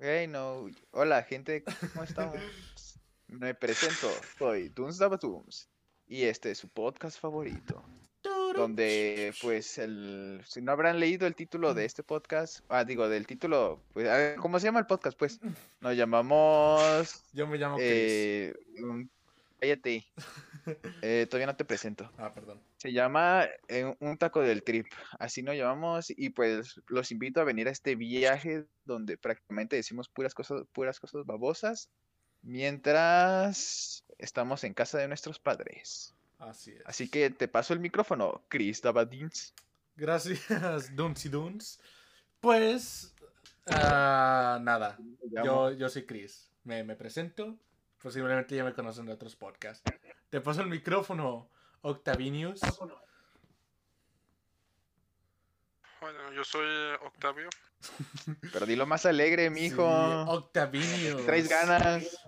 Hey, no. Hola, gente, ¿cómo estamos? Me presento, soy Dunstabatoons y este es su podcast favorito. Donde, pues, el, si no habrán leído el título de este podcast, ah, digo, del título, pues, ah, ¿cómo se llama el podcast? Pues, nos llamamos. Yo me llamo eh, un- cállate. Eh, todavía no te presento. Chris. Ah, perdón. Se llama eh, Un Taco del Trip, así nos llamamos y pues los invito a venir a este viaje donde prácticamente decimos puras cosas, puras cosas babosas mientras estamos en casa de nuestros padres. Así es. Así que te paso el micrófono, Chris Dabadins. Gracias, Duns y Duns. Pues, ah, nada. Me llamo. Yo, yo soy Chris. Me, me presento. Posiblemente ya me conocen de otros podcasts. Te paso el micrófono, Octavinius. Bueno, yo soy eh, Octavio. Pero dilo más alegre, mijo. Sí, Octavinius. Traes ganas.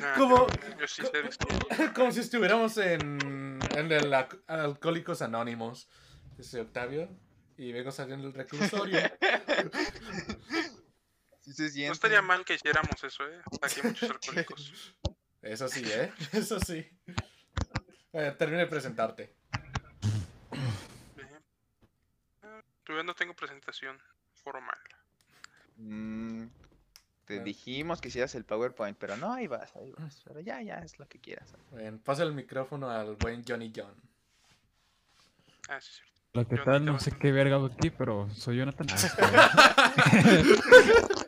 Nah, ¿Cómo? Yo, yo sí sé distinguir. Como si estuviéramos en, en el Ac- Alcohólicos Anónimos. Yo soy Octavio y vengo saliendo del reclusorio. Sí se No siente. estaría mal que hiciéramos eso, ¿eh? Aquí hay muchos alcohólicos. Eso sí, ¿eh? Eso sí. Bueno, termina de presentarte. Bien. Eh, Todavía no tengo presentación formal. Mm, te Ah. dijimos que hicieras el PowerPoint, pero no, ahí vas, ahí vas. Pero ya, ya, es lo que quieras. Bien, pasa el micrófono al buen Johnny John. Ah, sí, es cierto. Hola, ¿qué Yo tal? no No sé qué verga hago aquí, pero soy Ah, Jonathan. Ah,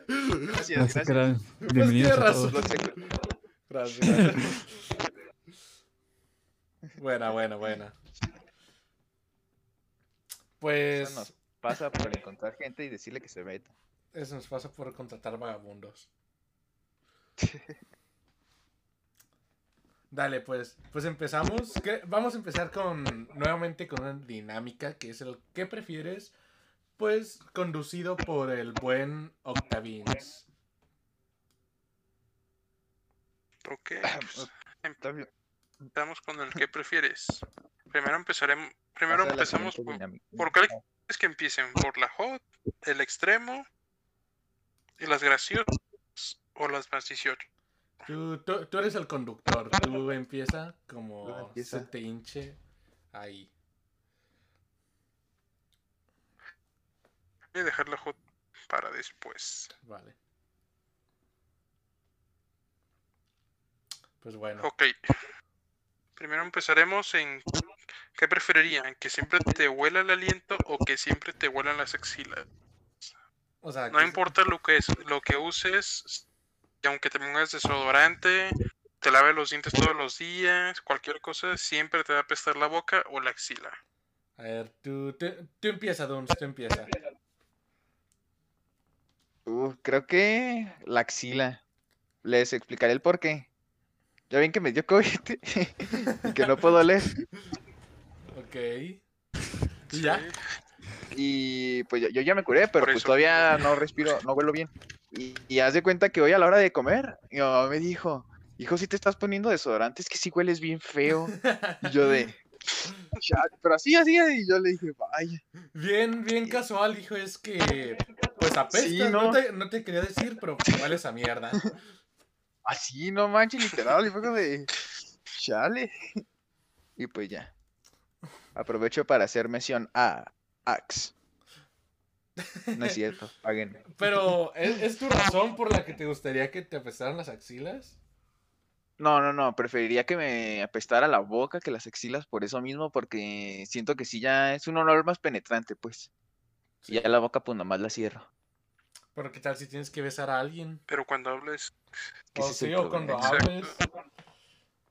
No Gracias, sé qué gracias. tal. Bienvenidos a tienes todos. Lo sé. Gracias. buena, buena, buena. Pues Eso nos pasa por encontrar gente y decirle que se meta. eso nos pasa por contratar vagabundos. Dale, pues, pues empezamos. ¿Qué- Vamos a empezar con nuevamente con una dinámica que es el ¿qué prefieres? Pues conducido por el buen Octavins. Ok, pues, Está bien, empezamos con el que prefieres. Primero empezaremos. Primero pasa la empezamos siguiente por, dinámica. por cuál es que empiecen, por la hot, el extremo, y las graciosas o las más 18. Tú, tú- tú eres el conductor, tú empieza como Tú empieza. se te hinche ahí. Voy a dejar la hot para después. Vale. Pues bueno, Ok. Primero empezaremos en ¿qué preferirían? ¿Que siempre te huela el aliento o que siempre te huelan las axilas? o sea, No que- importa lo que es, lo que uses, y aunque te pongas desodorante, te laves los dientes todos los días, cualquier cosa, siempre te va a apestar la boca o la axila. a ver, tú, tú, tú empieza, Duns, tú empieza. Uf, creo que la axila. Les explicaré el por qué. Ya ven que me dio COVID y que no puedo leer. Ok. ¿Y ya? Sí, Y pues yo, yo ya me curé, pero Por pues eso. todavía no respiro, no vuelo bien. Y, y haz de cuenta que hoy a la hora de comer, mi mamá me dijo, hijo, si te estás poniendo desodorante, es que si hueles bien feo. Y yo de, "Chale", pero así, así, y yo le dije, vaya. Bien, bien casual, dijo, es que pues apesta, Sí, ¿no? ¿no? te, no te quería decir, pero huele esa mierda. Así, no manches, literal. Y fue como de. Chale. Y pues ya. Aprovecho para hacer mención a Axe. No es cierto, paguen. Pero, ¿es, es tu razón por la que te gustaría que te apestaran las axilas? No, no, no. Preferiría que me apestara la boca que las axilas por eso mismo, porque siento que sí ya es un olor más penetrante, pues. Y ya la boca, pues nomás la cierro. Pero qué tal si tienes que besar a alguien. Pero cuando hables, Que o ese es el sí, o cuando problema. Exacto. hables.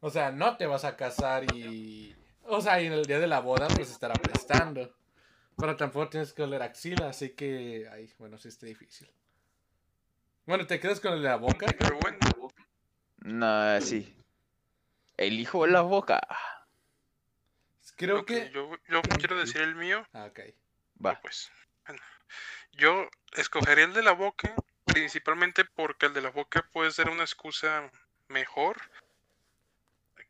O sea, no te vas a casar y. O sea, y en el día de la boda, pues estará prestando. Pero tampoco tienes que oler axila, así que. Ay, bueno, sí está difícil. Bueno, ¿te quedas con el de la boca? pero bueno, No, sí. Elijo la boca. Creo ok, que. yo, yo quiero decir el mío, Ah, ok. Va. pues. bueno, yo escogería el de la boca, principalmente porque el de la boca puede ser una excusa mejor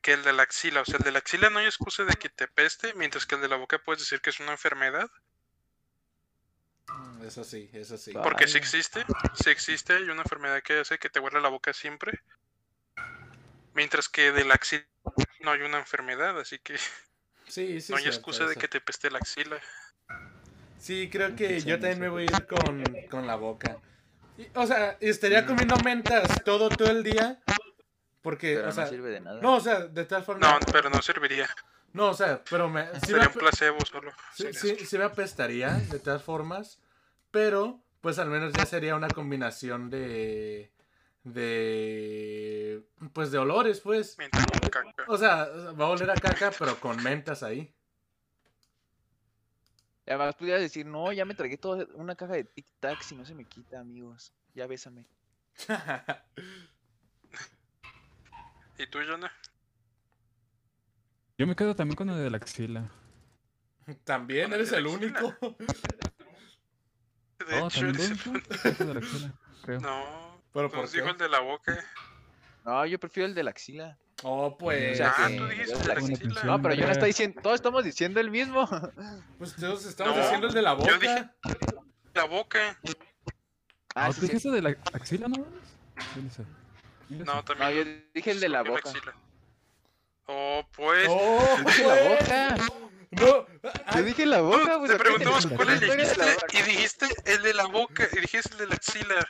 que el de la axila. O sea, el de la axila no hay excusa de que te peste, mientras que el de la boca puedes decir que es una enfermedad. Mm, Eso sí, eso sí. Va. Porque si Vaya. existe, si existe, hay una enfermedad que hace que te huela la boca siempre. Mientras que de la axila no hay una enfermedad, así que Sí, sí. no hay cierto, excusa de eso. que te peste la axila. Sí, creo que yo Escuchando también me eso. voy a ir con, con la boca. Y, o sea, Mm. estaría comiendo mentas todo, todo el día. Porque, Pero o sea. no sirve de nada. No, o sea, de tal forma. No, pero no serviría. No, o sea, pero me. sí me Sería un ape- placebo solo. Sí, Sería- sí, sí me apestaría, de todas formas. Pero, pues al menos ya sería una combinación de. de. pues de olores, pues. Mientras con caca. O sea, va a oler a caca, pero con mentas ahí. Y Además, pudieras decir, no, ya me tragué toda una caja de Tic Tacs y no se me quita, amigos. Ya bésame. ¿Y tú, Jonah? Yo me quedo también con lo de la axila. También eres el único. De Oh, hecho, No, Oh, también eres tú, el- tú, tú de la axila, Ah, creo. No. Pero por Nos qué? dijo el de la boca. No, yo prefiero el de la axila. Oh, pues. O sea, ah, que- tú dijiste yo de la tengo una axila. No, No, pero yo no hombre. estoy diciendo, todos estamos diciendo el mismo. Pues todos estamos No, haciendo el de la yo boca. dije- La boca. Ah, No, sí, ¿Tú sí. dijiste de la axila, no? Sí, no sé. Mira No, eso. No, también. yo dije el de la Porque boca. axila. Oh, pues. ¡Oh, Dije la pues! boca. No, Yo ay, dije la Tú, boca. pues, te ¿a qué preguntamos te- cuál te- elegiste y dijiste el de la boca y dijiste el de la axila.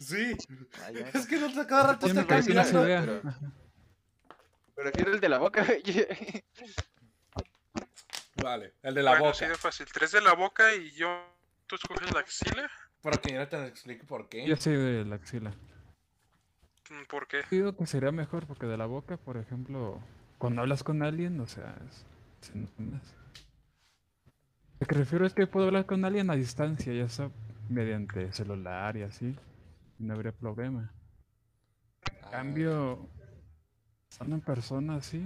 sí. Ay, ya me Es que no te cada rato Ya me está cagué cae que no se mirando, cambiando. vea. pero- Ajá. Prefiero el de la boca. güey. Vale, el de la bueno, sí, boca. de fácil. Tres de la boca y yo. ¿Tú escoges la axila? Pero que yo no te explique por qué. Yo sí de la axila. Mm, ¿Por qué? Digo que sería mejor porque de la boca, por ejemplo, cuando hablas con alguien, o sea, es- se entiendes. Lo que refiero es que puedo hablar con alguien a distancia, ya sea mediante celular y así. y no habría problema. Ah, En cambio, estando en persona así.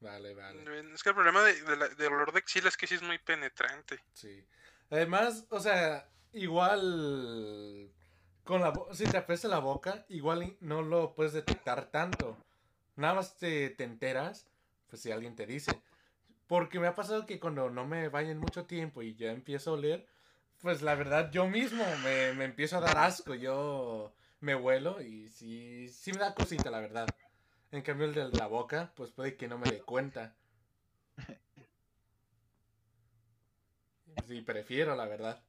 Vale, vale. Es que el problema de, de la- del olor de axila es que sí es muy penetrante. Sí. Además, o sea, igual con la bo- si te apesta la boca, igual y no lo puedes detectar tanto. Nada más te, te enteras, pues si alguien te dice. Porque me ha pasado que cuando no me baño en mucho tiempo y ya empiezo a oler, pues la verdad yo mismo me, me empiezo a dar asco, yo me huelo y sí, sí me da cosita, la verdad. En cambio el de la boca, pues puede que no me dé cuenta. Sí, prefiero, la verdad.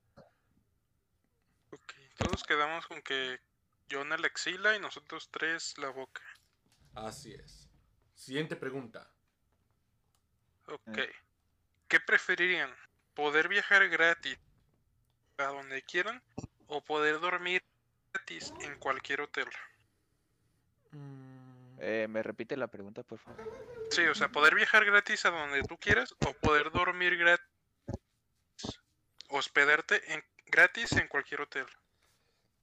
Ok, Todos quedamos con que Jonah la axila y nosotros tres la boca. Así es. Siguiente pregunta. Ok. ¿Qué preferirían? ¿Poder viajar gratis a donde quieran o poder dormir gratis en cualquier hotel? Mm, Eh, me repite la pregunta, por favor. Sí, o sea, poder viajar gratis a donde tú quieras o poder dormir gratis, hospedarte en, gratis en cualquier hotel.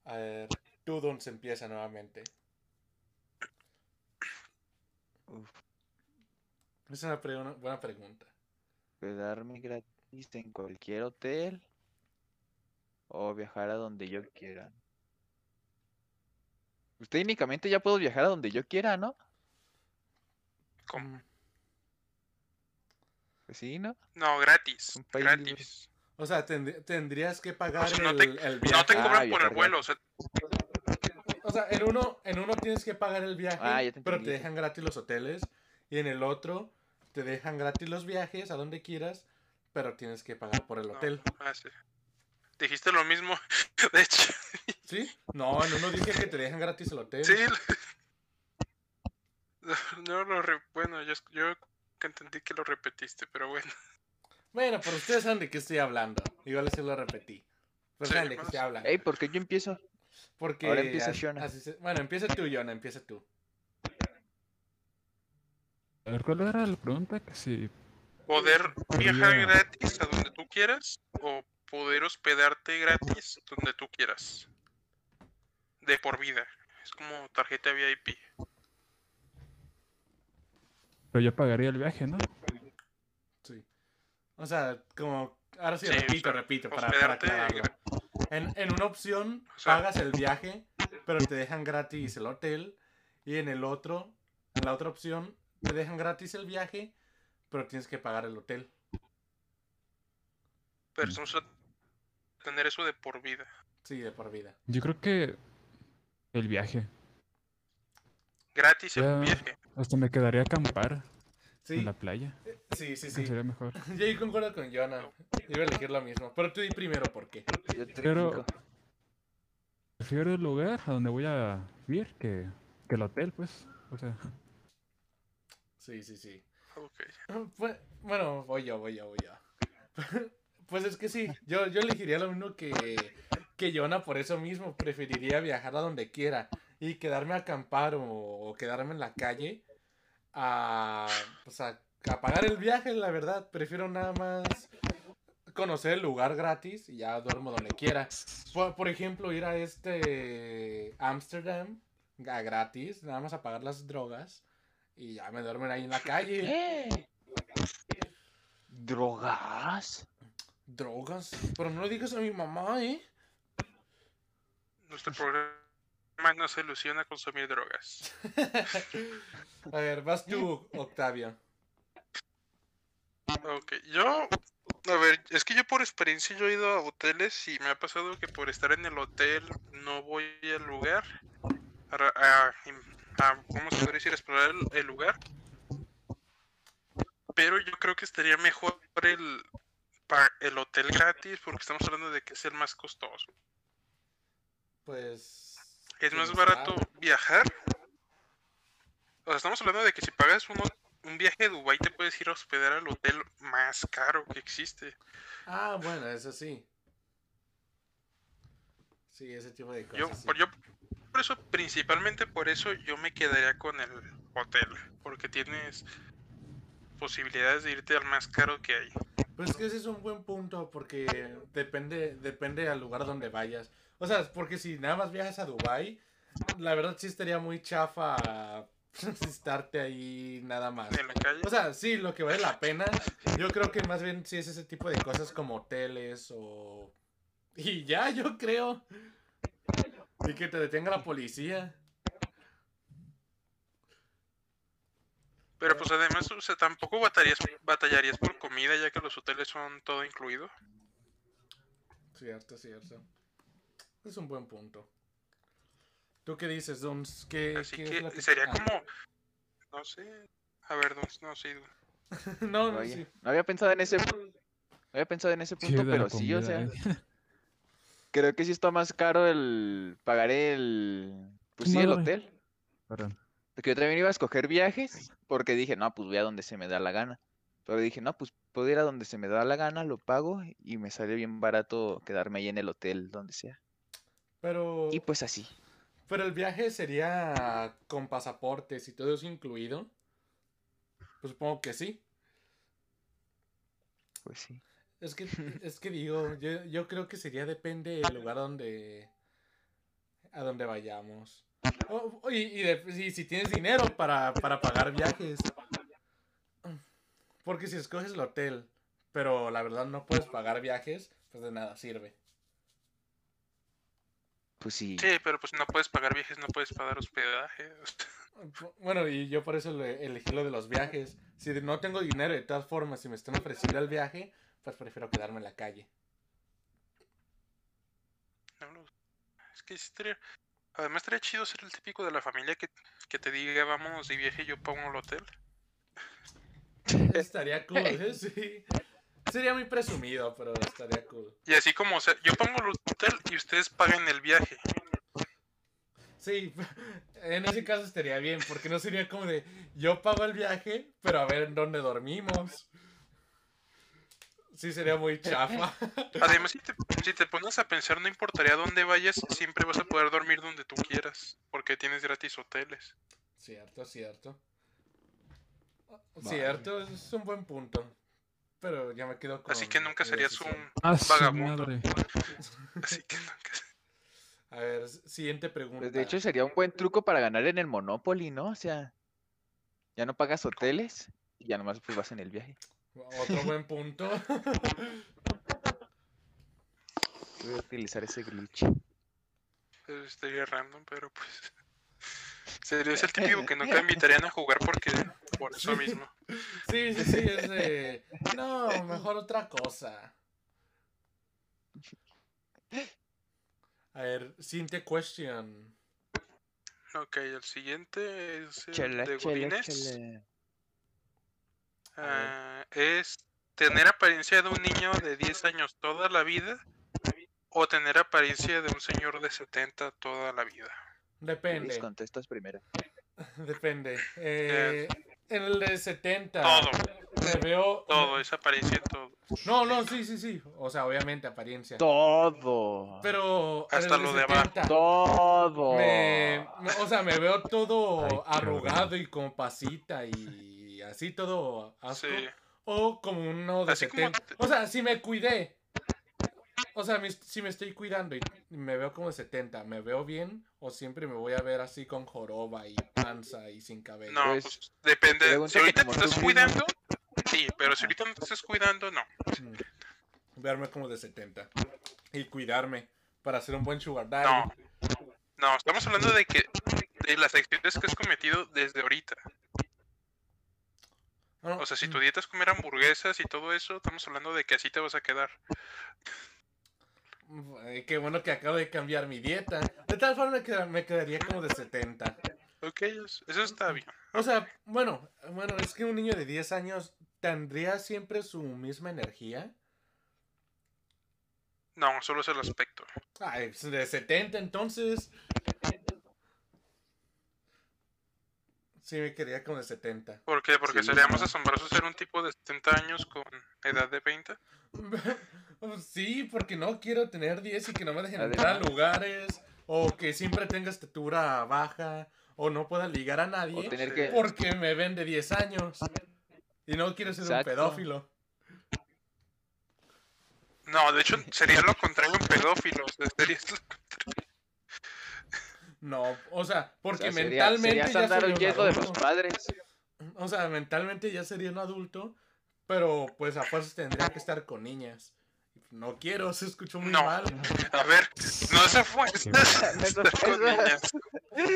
A ver, Tudon se empieza nuevamente. Uf, Es una pre- una buena pregunta. quedarme gratis en cualquier hotel o viajar a donde yo quiera. Pues, técnicamente ya puedo viajar a donde yo quiera, ¿no? ¿Cómo? Mm, Pues sí, ¿no? No, gratis. Un país libre. Gratis. O sea, tend- tendrías que pagar O sea, no el, te- el No te viaje. Ah, cobran por el viajar vuelo, o sea, O sea, en uno, en uno tienes que pagar el viaje, Ah, ya te pero te entendí. dejan gratis los hoteles. Y en el otro te dejan gratis los viajes a donde quieras, pero tienes que pagar por el no, hotel. ah, sí. Dijiste lo mismo, de hecho. ¿Sí? No, en uno dije que te dejan gratis el hotel. Sí. lo- No lo re- bueno, yo, es- yo que entendí que lo repetiste, pero bueno. Bueno, pero ustedes saben de qué estoy hablando. Igual se lo repetí. Pero Sí, saben de qué más. estoy hablando. Ey, ¿por qué yo empiezo? Porque Ahora empieza as- Shona. así se- Bueno, empieza tú, Yona, empieza tú. A ver, ¿cuál era la pregunta? Que si Poder viajar Podría- gratis a donde tú quieras o poder hospedarte gratis donde tú quieras. De por vida. Es como tarjeta VIP. Pero yo pagaría el viaje, ¿no? Sí. O sea, como. Ahora sí, Sí, repito, o sea, repito, para, para hospedarte aclararlo. En, en una opción O sea- pagas el viaje, pero te dejan gratis el hotel. Y en el otro, en la otra opción, te dejan gratis el viaje, pero tienes que pagar el hotel. personas a tener eso de por vida. Sí, de por vida. Yo creo que el viaje. Gratis Ya. el viaje. Hasta me quedaría a acampar Sí, en la playa. sí, sí, que sí. Sería mejor. Yo ahí concuerdo con Jonah. Yo iba a elegir lo mismo. Pero tú di primero por qué. Yo te Pero- explico. Prefiero el lugar a donde voy a vivir que, que el hotel, pues. O sea, Sí, sí, sí. Ok. Pues, bueno, voy yo, voy yo, voy yo. Pues es que sí, yo, yo elegiría lo mismo que, que Jonah por eso mismo. Preferiría viajar a donde quiera y quedarme a acampar o, o quedarme en la calle a, pues a, a pagar el viaje, la verdad. Prefiero nada más conocer el lugar gratis y ya duermo donde quiera. Por, por ejemplo, ir a este Amsterdam a gratis, nada más a pagar las drogas y ya me duermen ahí en la calle. "Eh, ¿Drogas? Drogas. Pero no le digas a mi mamá, ¿eh? Nuestro programa no se ilusiona a consumir drogas. a ver, vas tú, Octavio. Ok, yo, a ver, es que yo por experiencia yo he ido a hoteles y me ha pasado que por estar en el hotel no voy al lugar, a, ra- a- a- ¿cómo se podría decir? Explorar el, el lugar. Pero yo creo que estaría mejor el, pa- el hotel gratis porque estamos hablando de que es el más costoso. Pues. Es más ¿quién barato sabe? viajar. O sea, estamos hablando de que si pagas uno- un viaje a Dubái te puedes ir a hospedar al hotel más caro que existe. Ah, bueno, eso sí. Sí, ese tipo de Yo, cosas. sí. por, yo, por eso, principalmente por eso, yo me quedaría con el hotel, porque tienes posibilidades de irte al más caro que hay. Pues es que ese es un buen punto porque depende, depende al lugar donde vayas. O sea, porque si nada más viajas a Dubai, la verdad sí estaría muy chafa estarte ahí nada más. En la calle, O sea, sí, lo que vale la pena. Yo creo que más bien sí es ese tipo de cosas como hoteles o. Y ya, yo creo. Y que te detenga la policía. pero pues además, o sea, tampoco batarías, batallarías por comida, ya que los hoteles son todo incluido. Cierto, cierto. Es un buen punto. ¿Tú qué dices, Duns? ¿Qué, Así qué es lo que que- sería ah, como, no sé, a ver, no, no sé, No, no, Vaya, sí. No había pensado en ese. No había pensado en ese Sí, punto, de la pero sí, o comida, sea. ¿eh? Creo que sí está más caro el pagar el. Pues sí, el Madre. hotel. Perdón. Porque yo también iba a escoger viajes, porque dije, no, pues voy a donde se me da la gana. Pero dije, no, pues puedo ir a donde se me da la gana, lo pago y me sale bien barato quedarme ahí en el hotel, donde sea. Pero. Y pues así. Pero el viaje sería con pasaportes y todo eso incluido. Pues supongo que sí. Pues sí. Es que, es que digo, yo, yo creo que sería depende del lugar donde a donde vayamos. O- o- y y de- y si tienes dinero para, para pagar viajes. Porque si escoges el hotel, pero la verdad no puedes pagar viajes, pues de nada sirve. Pues sí. Sí, pero pues no puedes pagar viajes, no puedes pagar hospedaje. Bueno, y yo por eso le- elegí lo de los viajes. Si no tengo dinero, de todas formas, si me están ofreciendo el viaje, pues prefiero quedarme en la calle. No lo- Es que sí estaría- Además estaría chido ser el típico de la familia que, que te diga vámonos de viaje yo pago el hotel. Estaría cool, ¿eh? Sí. Sería muy presumido, pero estaría cool. Y así como, o sea, yo pongo el hotel y ustedes pagan el viaje. Sí, en ese caso estaría bien, porque no sería como de yo pago el viaje, pero a ver en dónde dormimos. Sí, sería muy chafa. Además, si te, si te pones a pensar, no importaría dónde vayas, siempre vas a poder dormir donde tú quieras, porque tienes gratis hoteles. Cierto, cierto. Cierto, es un buen punto. Pero ya me quedo con. Así que nunca mi serías decisión. un Ah, su vagabundo. madre. Así que nunca. A ver, s- siguiente pregunta. Pues de hecho sería un buen truco para ganar en el Monopoly, ¿no? O sea, ya no pagas hoteles y ya nomás pues vas en el viaje. Otro buen punto. Voy a utilizar ese glitch. Eso Estaría random, pero pues. Serías el típico que nunca invitarían a jugar porque. Por eso mismo. Sí, sí, sí, es de. No, mejor otra cosa. A ver, siguiente question. Ok, el siguiente es el Chela, de chela, Godínez. chela. Ah, es tener apariencia de un niño de 10 años toda la vida o tener apariencia de un señor de 70 toda la vida. Luis, Depende. contestas primero. Depende. Eh, en el de 70. Todo, Me veo. todo, esa apariencia, todo. No, no, sí, sí, sí. O sea, obviamente apariencia. Todo. Pero. en Hasta el lo de abajo. 70, Todo. me- me- o sea, me veo todo Ay, qué arrugado y con pasita y así todo asco. Sí. O como uno de Así como 70. te- O sea, si me cuidé. O sea, me- si me estoy cuidando y me veo como de 70, ¿me veo bien? ¿O siempre me voy a ver así con joroba y panza y sin cabello? No, Pues, pues depende. pregúntate Si ahorita te como estás tú mismo. cuidando, sí, pero si ahorita no te estás cuidando, no. Mm. Verme como de 70. Y cuidarme para ser un buen sugar daddy. No. No, estamos hablando de que de las acciones que has cometido desde ahorita. No, O sea, si mm. tu dieta es comer hamburguesas y todo eso, estamos hablando de que así te vas a quedar. Ay, mm, eh, Qué bueno que acabo de cambiar mi dieta. De tal forma que me quedaría como de 70. Ok, es- eso está bien. O sea, bueno, bueno, es que un niño de 10 años tendría siempre su misma energía. No, solo es el aspecto. Ay, es de 70 entonces. Sí, me quedaría como de 70. ¿Por qué? Porque Sí, sería más no. asombroso ser un tipo de 70 años con edad de 20. Pues Sí, porque no quiero tener 10 y que no me dejen Además. entrar a lugares. O que siempre tenga estatura baja. O no pueda ligar a O nadie. tener que. Porque me ven de 10 años. Y no quiero ser Exacto. un pedófilo. No, de hecho sería lo contrario en pedófilos. Sería No, o sea, o porque sea, sería- mentalmente sería ya andar sería un huyendo de los adulto. padres. O sea, mentalmente ya sería un adulto. Pero pues a fuerzas tendría que estar con niñas. No quiero, se escuchó muy No. mal. A ver, no se fue. Estar con niñas.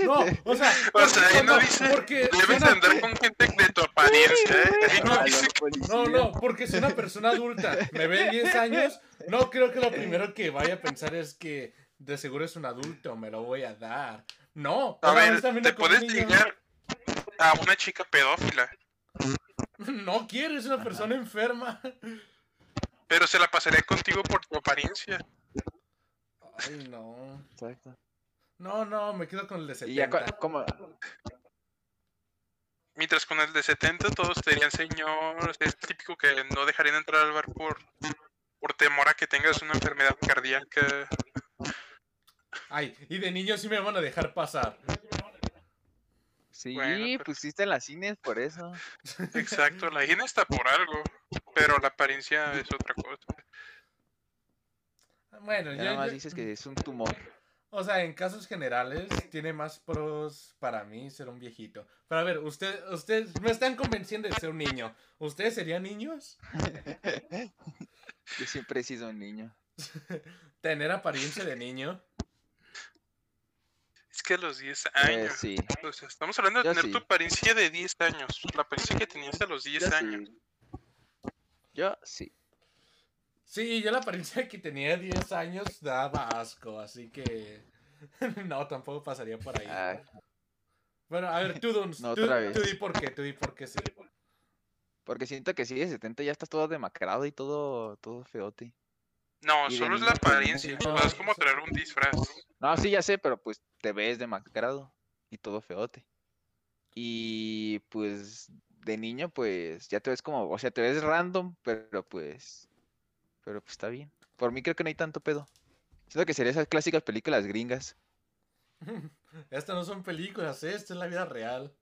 No, o sea, O sea, ahí no no, dice. porque Debes suena- andar con gente de tu apariencia, ¿eh? Ahí no A los dice. policías. No, no, porque si una persona adulta me ve 10 años, no creo que lo primero que vaya a pensar es que de seguro es un adulto, me lo voy a dar. No, A ahora me ver, están viendo te como un puedes niño. ligar a una chica pedófila, No quieres una persona enferma. pero se la pasaría contigo por tu apariencia. Ay, no. Exacto. No, no, me quedo con el de Y ya, 70. cu- como. Mientras con el de 70 todos te dirían, señor, es típico que no dejarían entrar al bar por, por temor a que tengas una enfermedad cardíaca. Ay, y de niño sí me van a dejar pasar. Sí, Bueno, pero- pusiste en las cines por eso. Exacto, la higiene está por algo, pero la apariencia es otra cosa. Bueno, Ya yo- nada más yo- dices que es un tumor. O sea, en casos generales, tiene más pros para mí ser un viejito. Pero a ver, usted, ustedes me están convenciendo de ser un niño. ¿Ustedes serían niños? Yo siempre he sido un niño. Tener apariencia de niño. Es que a los 10 Eh, años. sí. o sea, estamos hablando de Yo tener sí. tu apariencia de 10 años, la apariencia que tenías a los 10 Yo años. sí. Yo sí. Sí, yo la apariencia que tenía de 10 años daba asco, así que no, tampoco pasaría por ahí. Ah, Bueno, a ver, tú, Duns, No, tú, otra vez. tú di por qué, tú di por qué sí. porque siento que sí, de 70 ya estás todo demacrado y todo, todo feote. No, Y de solo es niño la también. apariencia, o sea, es como traer un disfraz. No, sí, ya sé, pero pues te ves demacrado y todo feote. Y pues de niño, pues ya te ves como, o sea, te ves random, pero pues, pero pues está bien. Por mí creo que no hay tanto pedo. Siento que sería esas clásicas películas gringas. Estas no son películas, ¿eh? esto es la vida real.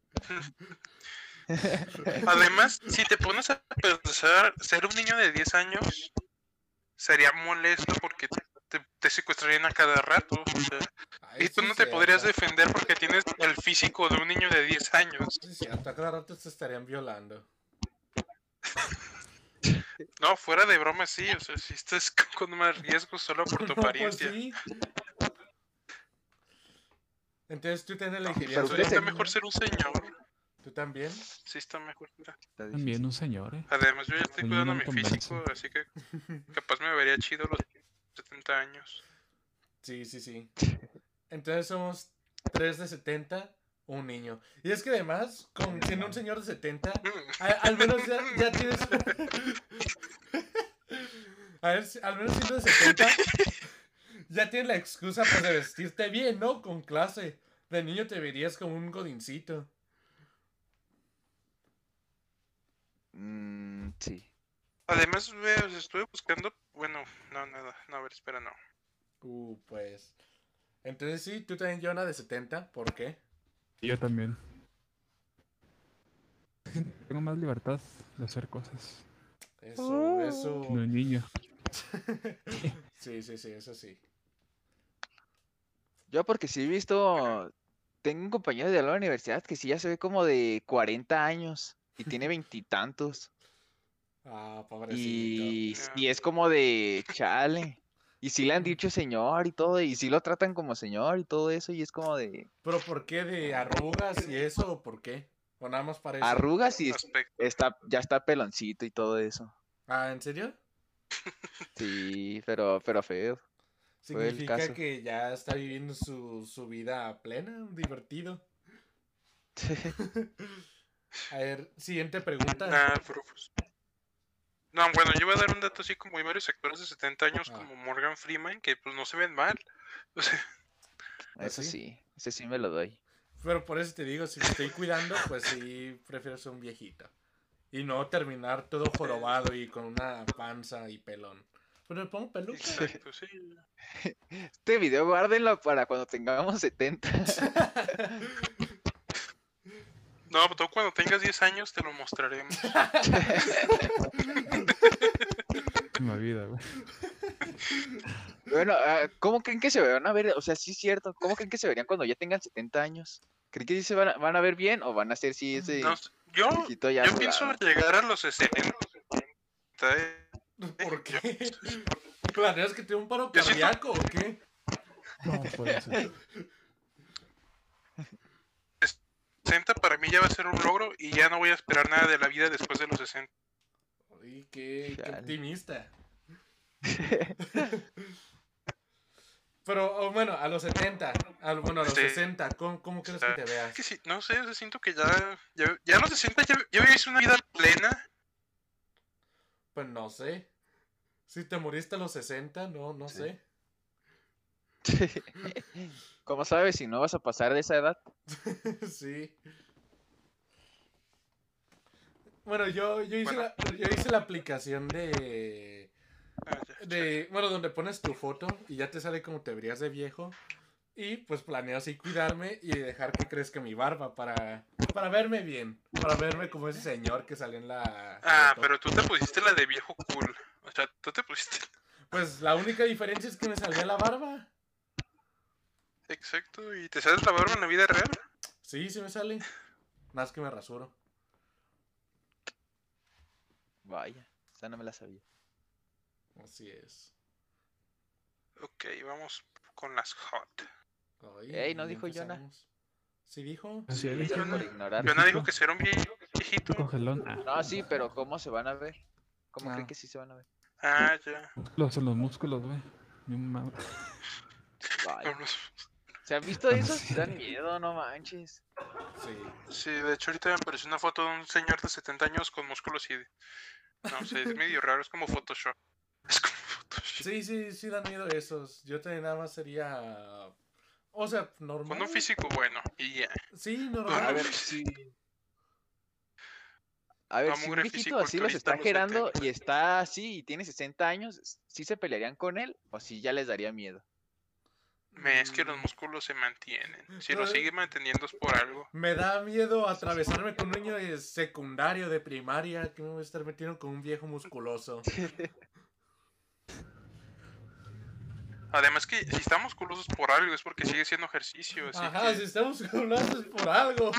Además, si te pones a pensar, ser un niño de 10 años sería molesto porque te, te secuestrarían a cada rato. o sea, Ay, y tú sí no es te podrías cierto. defender porque tienes el físico de un niño de 10 años. Sí, es cierto, a cada rato te estarían violando. No, fuera de broma, sí. O sea, si estás con- con más riesgo solo por tu No, pues apariencia. sí. Entonces tú también pero elegirías. Entonces, ustedes- pues, está mejor ser un señor. ¿Tú también? Sí, está mejor. Está difícil. También un señor, ¿eh? Además, yo ya estoy A mí cuidando no me mi convence. físico, así que capaz me vería chido a los 70 años. Sí, sí, sí. Entonces somos tres de 70, un niño. Y es que además, con, siendo un señor de 70, a- al menos ya, ya tienes. A ver, si- al menos siendo de 70, ya tienes la excusa pues, de vestirte bien, ¿no? Con clase. De niño te verías como un godincito. Mm, sí. Además, ve, o sea, estuve buscando. Bueno, no, nada. No, a ver, espera, no. Uh, pues. Entonces sí, tú también, Jonah, de 70. ¿Por qué? Y yo también. Tengo más libertad de hacer cosas. Eso, Oh. eso. No, niño. Sí, sí, sí, eso sí. Yo porque sí he visto, tengo un compañero de la universidad que sí ya se ve como de 40 años y tiene veintitantos. Ah, pobrecito. Y, y es como de chale. Y sí le han dicho señor y todo, y sí lo tratan como señor y todo eso, y es como de ¿Pero por qué de arrugas y eso? ¿O por qué? ¿O nada más para eso? arrugas y es- Aspecto. está, ya está peloncito y todo eso. ah, ¿en serio? Sí, pero, pero feo. Fue el Significa caso. que ya está viviendo su, su vida plena, divertido. A ver, siguiente pregunta. Nah, pero pues- No, bueno, yo iba a dar un dato así como hay varios actores de 70 años Ah. como Morgan Freeman que pues no se ven mal. O sea, Pues Eso sí. sí, ese sí me lo doy. Pero por eso te digo, si me estoy cuidando, pues sí, prefiero ser un viejito. Y no terminar todo jorobado y con una panza y pelón. Pero me pongo peluca. exacto, sí. Este video guárdenlo para cuando tengamos 70. No, pero tú cuando tengas 10 años te lo mostraremos. Mi vida, güey. Bueno, ah, ¿cómo creen que se van a ver? O sea, sí es cierto. ¿Cómo creen que se verían cuando ya tengan 70 años? ¿Creen que sí se van a, van a ver bien o van a ser si ese No, yo viejito ya yo pienso arrugado? llegar a los 60. eh. ¿Por qué? ¿Planeas que te dé un paro Yo siento- cardíaco o qué? No puede ser. 60 para mí ya va a ser un logro y ya no voy a esperar nada de la vida después de los 60. Ay, qué, qué Chale. optimista. Pero, oh, bueno, a los 70, al- bueno, a los Sí. 60, ¿cómo, cómo crees que te Es veas? que sí, no sé, o sea, siento que ya, ya, ya a los 60 ya, ya vivís una vida plena. Pues no sé. Si te moriste a los 60, no, no Sí. sé. ¿Cómo sabes si no vas a pasar de esa edad? sí. Bueno, yo, yo, hice Bueno. la, yo hice la aplicación de, Ah, ya. de. Bueno, donde pones tu foto y ya te sale como te verías de viejo. Y pues planeo así cuidarme y dejar que crezca mi barba para, para verme bien. Para verme como ese señor que salió en la. Ah, foto. pero tú te pusiste la de viejo cool. O sea, tú te pusiste. Pues la única diferencia es que me salió la barba. Exacto, y te sabes la barba en la vida real. Sí, sí me sale. Más que me rasuro. Vaya, esa no me la sabía. Así es. Ok, vamos con las hot. Ay, Ey, ¿no ya dijo Jonah? empezamos. ¿Sí dijo? Así es. Gracias por Jonah- ignorar. Yo no digo Viejito. que ser un vie- Tu viejito. congelón. Ah, No, sí, pero ¿cómo se van a ver? ¿Cómo Ah. creen que sí se van a ver? Ah, ya. los, los músculos, güey. Mi mamá- Vaya. Vámonos. ¿Se han visto esos? Sí. Dan miedo, no manches. Sí. Sí, de hecho ahorita me apareció una foto de un señor de 70 años con músculos y... No sé, es medio raro, es como Photoshop. Es como Photoshop. Sí, sí, sí dan miedo esos. Yo también nada más sería. O sea, normal. Con un físico bueno, y ya. Sí, Con A un normal. ver, físico- A ver, No, si un mugre viejito físico, el así los que está ahorita los gerando detecta. y está así y tiene 60 años, ¿sí se pelearían con él o sí ya les daría miedo? Me, es que los Mm. músculos se mantienen. Si los Ay. sigue manteniendo es por algo. Me da miedo atravesarme con un niño de secundario, de primaria, que me voy a estar metiendo con un viejo musculoso. Pues Además que si está musculoso es por algo, es porque sigue haciendo ejercicio. Así Ajá, que- si estamos musculoso es por algo.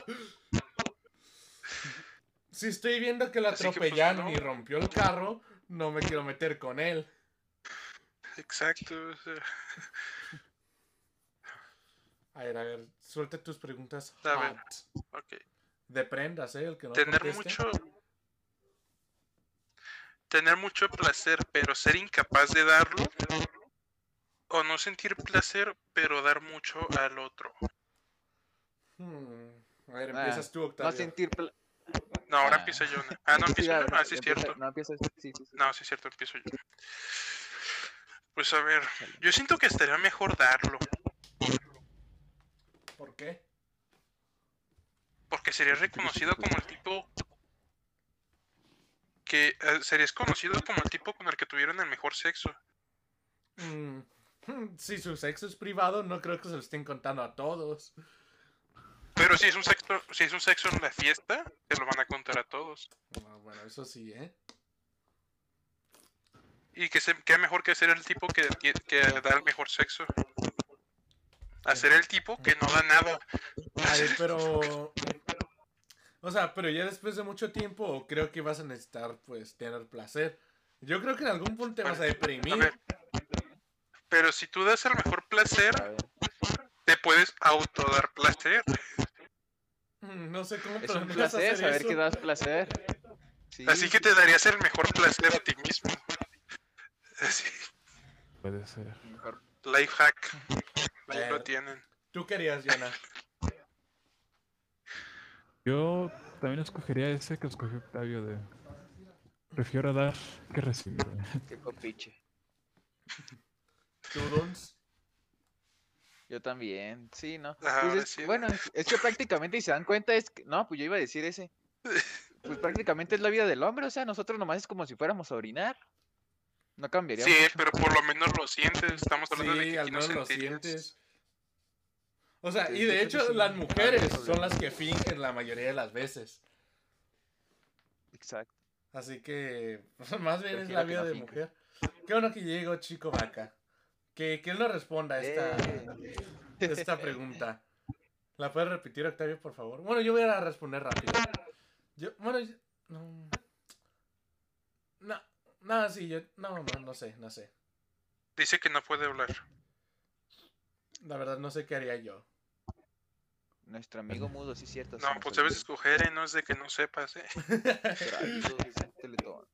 Si estoy viendo que lo Así que, pues, atropellaron no. y rompió el carro, no me quiero meter con él. Exacto. o sea, A ver, a ver, suelta tus preguntas. A ver. hot. ok. De prendas, ¿eh? El que no tener conteste. mucho tener mucho placer pero ser incapaz de darlo o no sentir placer, pero dar mucho al otro. Hmm. A ver, Ah, empiezas tú, Octavio. No sentir. pla- No, ahora Ah. empieza yo. ¿no? Ah, no, Sí, empieza yo. claro, Ah, sí, es empieza- cierto. No empieza. Sí, sí, sí. No, sí es cierto, empiezo yo. Pues a ver, yo siento que estaría mejor darlo, ¿Por qué? porque serías reconocido como el tipo que eh, serías conocido como el tipo con el que tuvieron el mejor sexo. Mm, hmm, Si su sexo es privado, no creo que se lo estén contando a todos. Pero si es un sexo, si es un sexo en la fiesta, te lo van a contar a todos. Ah, bueno, eso sí, ¿eh? Y que se, qué mejor que ser el tipo que, tie- que da el mejor sexo. Hacer el tipo que no da nada. A ver, pero... O sea, pero ya después de mucho tiempo creo que vas a necesitar, pues, tener placer. Yo creo que en algún punto te vas a A deprimir. ver. Pero si tú das el mejor placer, A ver, te puedes autodar placer. Mm, No sé cómo Es un planeas placer hacer saber eso. que das placer. Sí, Así que te darías el mejor placer a ti mismo. Así, Puede ser. mejor. life hack. Ahí Eh. lo tienen. Tú querías, Jonah. Yo también escogería ese que escogió Octavio de. Prefiero dar que recibir. Qué copiche. Tú, Duns. Yo también, sí, ¿no? Ajá, Pues ahora es- sí. Bueno, es- es que prácticamente, si se dan cuenta, es que- No, pues yo iba a decir ese. Pues prácticamente es la vida del hombre, o sea, nosotros nomás es como si fuéramos a orinar. No cambiaría Sí, mucho. pero por lo menos lo sientes. Estamos hablando de Sí, que al aquí no menos lo sentirías. sientes. O sea, Sí, y yo de creo que hecho sí, Ah, las no hay mujeres son problema. las que fingen la mayoría de las veces. Exacto. Así que más bien es Prefiero la que vida no de finja. mujer. Qué bueno que llegó Chico Vaca. Que, que él nos responda a esta, Eh, esta pregunta. ¿La puedes repetir, Octavio, por favor? Bueno, yo voy a responder rápido. Yo, bueno, yo- no. No, no, sí, yo, no, no, no sé, no sé. Dice que no puede hablar. La verdad no sé qué haría yo. Nuestro amigo mudo, sí, cierto. se No, nos pues olvidó. debes escoger, ¿eh? no es de que no sepas. ¿eh? Traído de Teletón.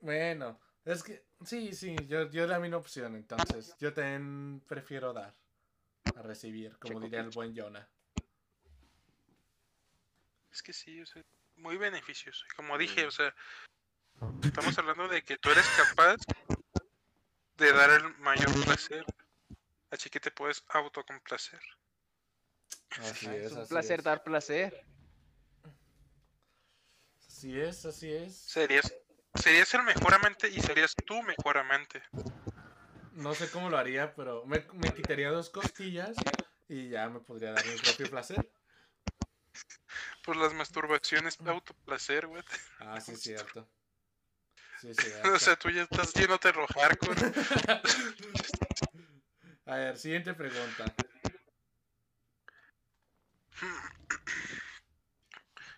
Bueno, es que sí, sí, yo, yo la misma opción, entonces yo también prefiero dar a recibir, como Checo diría el buen Jonah. Es que sí, o sea, muy beneficioso. Como dije, o sea, Ah. estamos hablando de que tú eres capaz de dar el mayor placer. Así que te puedes autocomplacer. Así Ah, es, es un así placer es. dar placer. Así es, así es. Serías, serías el mejor amante y serías tu mejor amante. No sé cómo lo haría, pero me, me quitaría dos costillas y ya me podría dar mi propio placer. Pues las masturbaciones de autoplacer, güey. Ah, sí, es cierto. Sí, es cierto. O sea, tú ya estás yéndote rojar con. A ver, siguiente pregunta.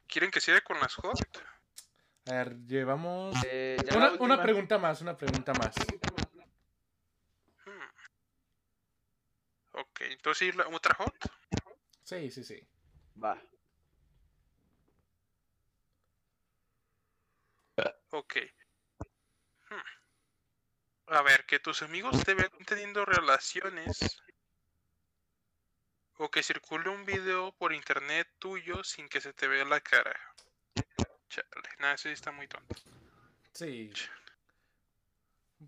¿Quieren que siga con las hot? A ver, llevamos... Eh, ya la Una, última. una pregunta más, una pregunta más. Hmm. Ok, entonces ¿y la- otra hot. Sí, sí, sí. Va. Ok. Hmm. A ver, que tus amigos te vean teniendo relaciones. O que circule un video por internet tuyo sin que se te vea la cara. Chale, nada, eso sí está muy tonto. Sí.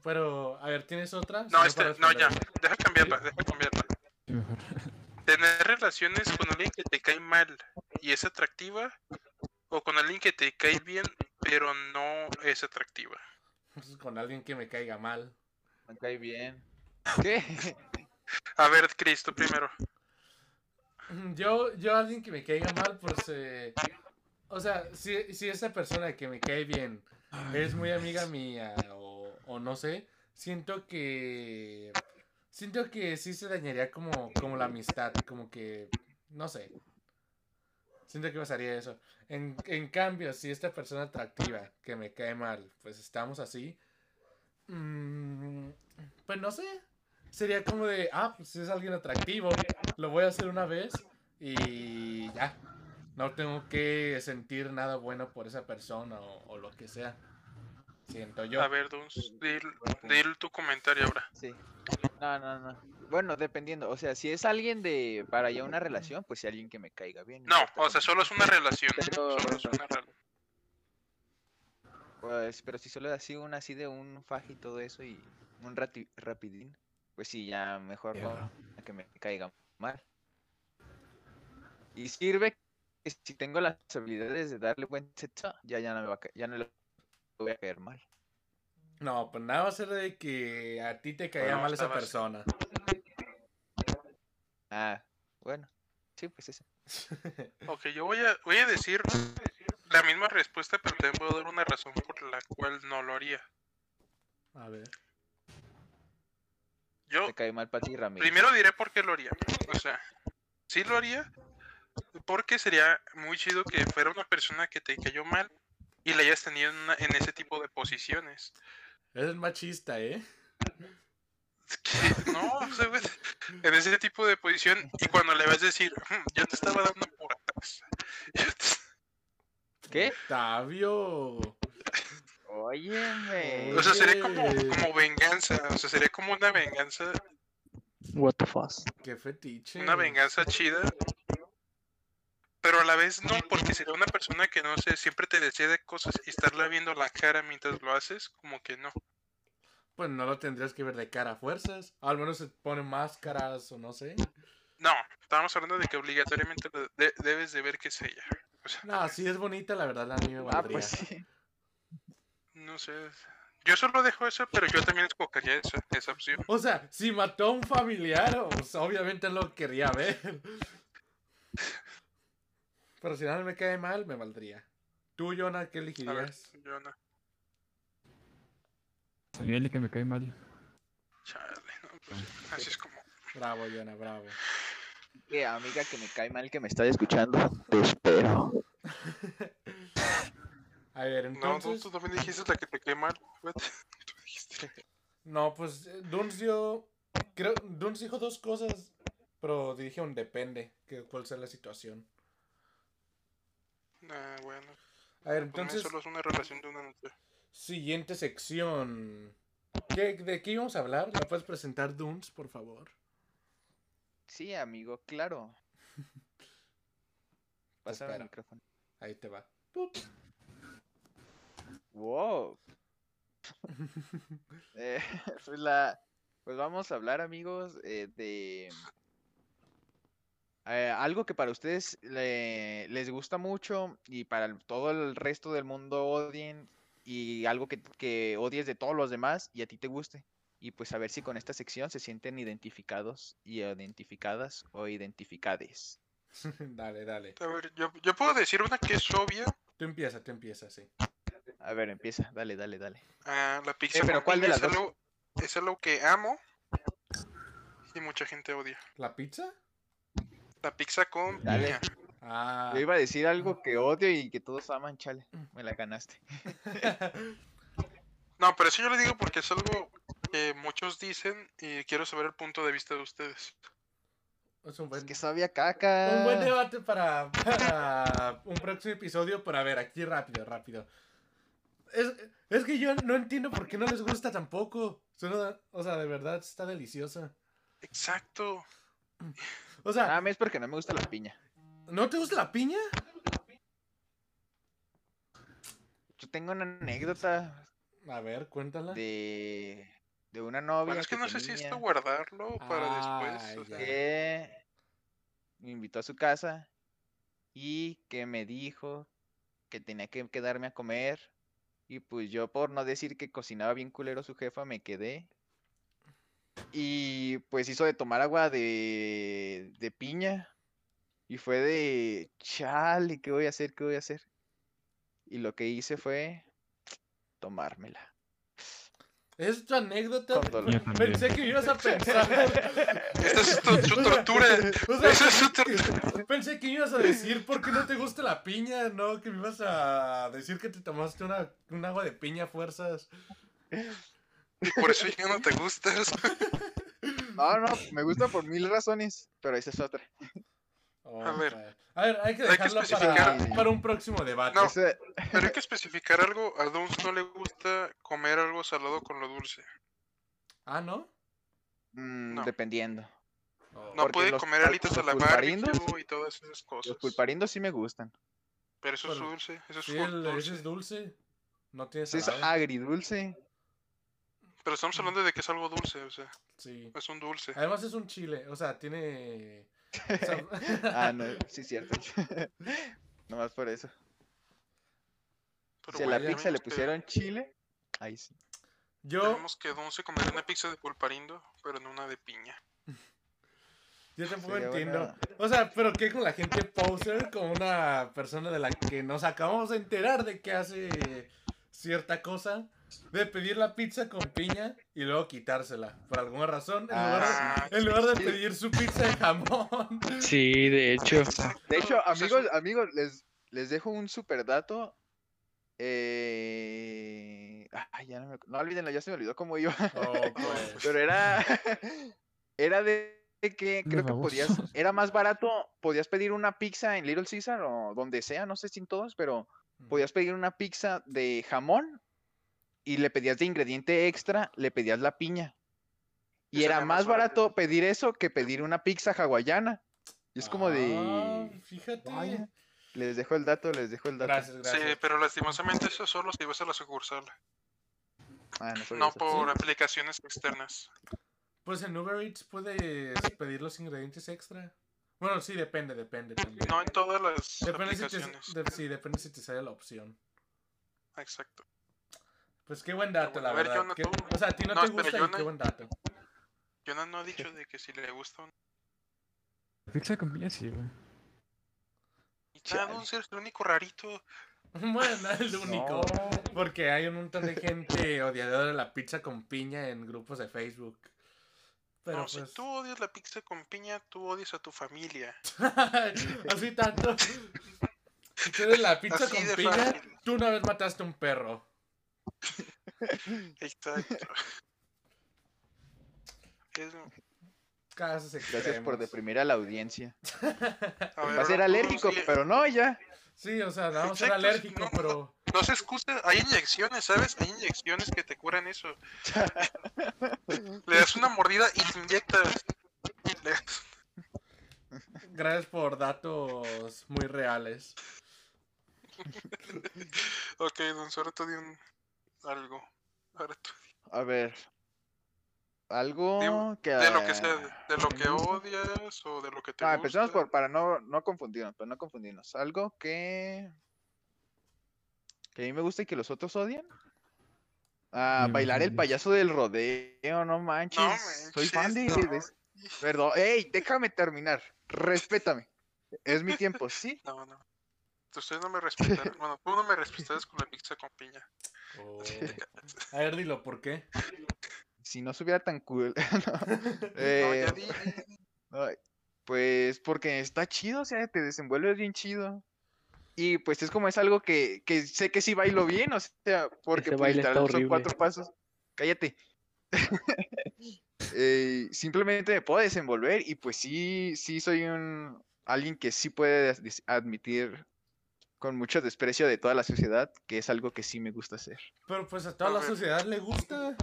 Pero, a ver, ¿tienes otra? Si No, no, este, para no, ya, responder. deja cambiarla, deja cambiarla. Sí, mejor. Tener relaciones con alguien que te cae mal y es atractiva, o con alguien que te cae bien, pero no es atractiva. Con alguien que me caiga mal. Me cae bien. ¿Qué? A ver, Cristo, primero. Yo, yo alguien que me caiga mal, pues... eh, o sea, si, si esa persona que me cae bien es muy amiga mía o, o no sé, siento que... Siento que sí se dañaría como, como la amistad, como que... No sé. Siento que pasaría eso. En, en cambio, si esta persona atractiva que me cae mal, pues estamos así. mm, pues no sé. Sería como de, ah, pues si es alguien atractivo, lo voy a hacer una vez y ya. No tengo que sentir nada bueno por esa persona o, o lo que sea. Siento yo. A ver, Duns, di, di tu comentario ahora. Sí. No, no, no. Bueno, dependiendo. O sea, si es alguien de para ya una relación, pues si alguien que me caiga bien. No, importa. o sea, solo es una relación. Pero- Solo es una relación. Pues, pero si solo así un así de un faje y todo eso y un rati- rapidín, pues sí, ya mejor no, Mierda. a que me caiga mal. Y sirve que si tengo las habilidades de darle buen sexo, ya, ya no me va a ca- ya no le voy a caer mal. No, pues nada va a ser de que a ti te caía Bueno, mal esa estabas- persona. Ah, bueno. Sí, pues eso. Ok, yo voy a, voy a decir la misma respuesta, pero también voy a dar una razón por la cual no lo haría. A ver. Yo Te cae mal para ti, Ramiro. primero diré por qué lo haría. O sea, sí lo haría porque sería muy chido que fuera una persona que te cayó mal y la hayas tenido en, una- en ese tipo de posiciones. Eres machista, ¿eh? Es que, No, o sea, güey, en ese tipo de posición y cuando le vas a decir, "Mm, yo te estaba dando por atrás. Yo te- ¿Qué? Octavio. Óyeme. O sea, sería como, Oye. como venganza, o sea, sería como una venganza What the fuck. Qué fetiche. una venganza chida. Pero a la vez no, porque sería una persona que no sé, siempre te decía de cosas y estarla viendo la cara mientras lo haces, como que no. Pues no lo tendrías que ver de cara a fuerzas. Al menos se pone máscaras o no sé. No, estábamos hablando de que obligatoriamente lo de- debes de ver que es ella. O sea, No, sí es bonita, la verdad, la niña Ah, pues sí. no sé. Yo solo dejo eso, pero yo también escogería esa, esa opción. O sea, si mató a un familiar, o- pues, obviamente lo quería ver. Pero si no me cae mal, me valdría. Tú, Jonah, ¿qué A ver, elegirías? yo no. También el que me cae mal. Chale, no, pues, así es como. Bravo, Jonah, bravo. Que amiga que me cae mal que me está escuchando, te espero. A ver, No, tú, entonces. tú también dijiste la que te cae mal. güey. Tú dijiste. No, pues eh, Duns dio. Creo. Duns dijo dos cosas. Pero dije un depende. Que, ¿Cuál sea la situación? Ah, bueno. A ver, Entonces, entonces. Pues solo es una relación de una noche. Siguiente sección. ¿Qué- ¿De qué íbamos a hablar? ¿La puedes presentar, Duns, por favor? Sí, amigo, claro. Pásame el espero. micrófono. Ahí te va. Pup. Wow. Eh, pues, la- pues vamos a hablar, amigos, eh, de eh, algo que para ustedes le- les gusta mucho y para el- todo el resto del mundo odien y algo que, que odies de todos los demás y a ti te guste. Y pues a ver si con esta sección se sienten identificados y identificadas o identificades. dale, dale. A ver, yo, yo puedo decir una que es obvia. Tú empieza, tú empieza, sí. A ver, empieza. Dale, dale, dale. Ah, la pizza Eh, pero con ¿cuál de piña las es dos? algo, es algo que amo y mucha gente odia. ¿La pizza? La pizza con Dale. piña. Ah. Yo iba a decir algo que odio y que todos aman, chale. Me la ganaste. No, pero eso yo le digo porque es algo que muchos dicen y quiero saber el punto de vista de ustedes. es un Es buen, que sabía caca. un buen debate para, para un próximo episodio. Pero a ver, aquí rápido, rápido. Es, es que yo no entiendo por qué no les gusta tampoco. Suena- o sea, de verdad está deliciosa. Exacto. O sea, Ah, me es porque no me gusta la piña. ¿no te gusta la piña? Yo tengo una anécdota A ver, cuéntala. de, de una novia. Bueno, es que no sé si tenía esto guardarlo para Ah, después. o sea, ya. que me invitó a su casa y que me dijo que tenía que quedarme a comer. Y pues yo, por no decir que cocinaba bien culero su jefa, me quedé. Y pues hizo de tomar agua de, de piña. Y fue de, chale, ¿qué voy a hacer? ¿Qué voy a hacer? Y lo que hice fue tomármela. Es tu anécdota. Con dolor. Yo también. Pensé que ibas a pensar. Esta es tu- su tortura. O sea, Esa es su pensé que ibas a decir por qué no te gusta la piña, ¿no? Que me ibas a decir que te tomaste una, un agua de piña a fuerzas. Y por eso ya no te gustas. No, no, me gusta por mil razones, pero esa es otra. Oh, A ver. vale. A ver, hay que Hay que dejarlo para, especificar. para un próximo debate. No. Ese- Pero hay que especificar algo. A Duns no le gusta comer algo salado con lo dulce. Ah, ¿no? mm, No. dependiendo. Oh. No Porque puede los comer pul- alitas a los la pulparindos- barbecue y todas esas cosas. Los pulparindos sí me gustan. Pero eso es Pero- dulce. Eso es Sí, full el- ese dulce. es dulce. No tiene Sí, es salado. agridulce. Pero estamos hablando de que es algo dulce. O sea, Sí. es un dulce. Además es un chile, o sea, tiene... sab- Ah, no, sí, cierto. Nomás por eso. Pero Si a la bueno, ya pizza le tenemos que- pusieron chile, ahí sí. Yo, Tenemos que Dun se comería una pizza de pulparindo, pero en una de piña. yo tampoco sería entiendo. buena- O sea, pero ¿qué con la gente poser? Con una persona de la que nos acabamos de enterar de que hace cierta cosa. De pedir la pizza con piña y luego quitársela. Por alguna razón, en lugar de, Ah, en lugar de sí. pedir su pizza de jamón. Sí, de hecho. De hecho, O sea, es amigos, un- amigos, les, les dejo un super dato. Eh... ah, ya no, me... acu- no olvídenlo, ya se me olvidó cómo iba. Oh, pues. Pero era. era de de que De creo que baboso. podías. Era más barato. Podías pedir una pizza en Little Caesar o donde sea, no sé si en todos, pero podías pedir una pizza de jamón y le pedías de ingrediente extra, le pedías la piña. Y Eso era era más más barato. barato pedir eso que pedir una pizza hawaiana. Y es como Ah, de. Fíjate. Vaya. Les dejo el dato, les dejo el dato. Gracias, gracias. Sí, pero lastimosamente eso solo si vas a la sucursal. Ah, no sabía No eso. por aplicaciones externas. Pues en Uber Eats puedes pedir los ingredientes extra. Bueno, sí, depende, depende también. No en todas las depende si te, aplicaciones. de- sí, depende si te sale la opción. Exacto. Pues qué buen dato, la bueno. A ver, verdad. Jonah, Qué- tú. o sea, a ti no, No, te espera, gusta y Jonah. qué buen dato. Yo no, ha dicho de que si le gusta un... Pizza con piña sí, güey. Y ya, Dun, eres el único rarito. Bueno, no es el único. No. Porque hay un montón de gente odiadora de la pizza con piña en grupos de Facebook. Pero no, pues... si tú odias la pizza con piña, tú odias a tu familia. Así tanto. Si tú eres la pizza Así con de piña, fácil. tú una vez mataste a un perro. Exacto. Es- Casos Gracias por extremos. deprimir a la audiencia. a ver, Va a ser ahora tú, alérgico, sí, pero no, ya. Sí, o sea, vamos a ser Exacto, sí, alérgico, no, pero. No se excusa, hay inyecciones, ¿sabes? Hay inyecciones que te curan eso. Le das una mordida y te inyectas. Le das- Gracias por datos muy reales. Ok, don Sora, tú di un... algo. Ahora tú di- A ver. Algo que. De lo que ah, sea, de, de lo me Eh. que gusta. odias o de lo que te Ah, gusta. empecemos por, para no, no confundirnos, para no confundirnos. Algo que. Que a mí me gusta y que los otros odian. Ah, Ni bailar el madres. payaso del rodeo, no manches. Soy fan de. manches, de- Perdón, ey, déjame terminar. Respétame. Es mi tiempo, sí. No, no. Ustedes no me respetaron. Bueno, tú no me respetaste con la pizza con piña. A ver, dilo, ¿por qué? Si no subiera tan cool. no. No, Eh, ya di. di- Ay, pues porque está chido, o sea, te desenvuelves bien chido. Y pues es como es algo que, que sé que sí bailo bien, o sea, porque Ese pues, baile está literal son horrible. cuatro pasos. Cállate. Eh, simplemente me puedo desenvolver y pues sí, sí soy un alguien que sí puede as- dis- admitir con mucho desprecio de toda la sociedad que es algo que sí me gusta hacer. Pero pues a toda A la ver. sociedad le gusta.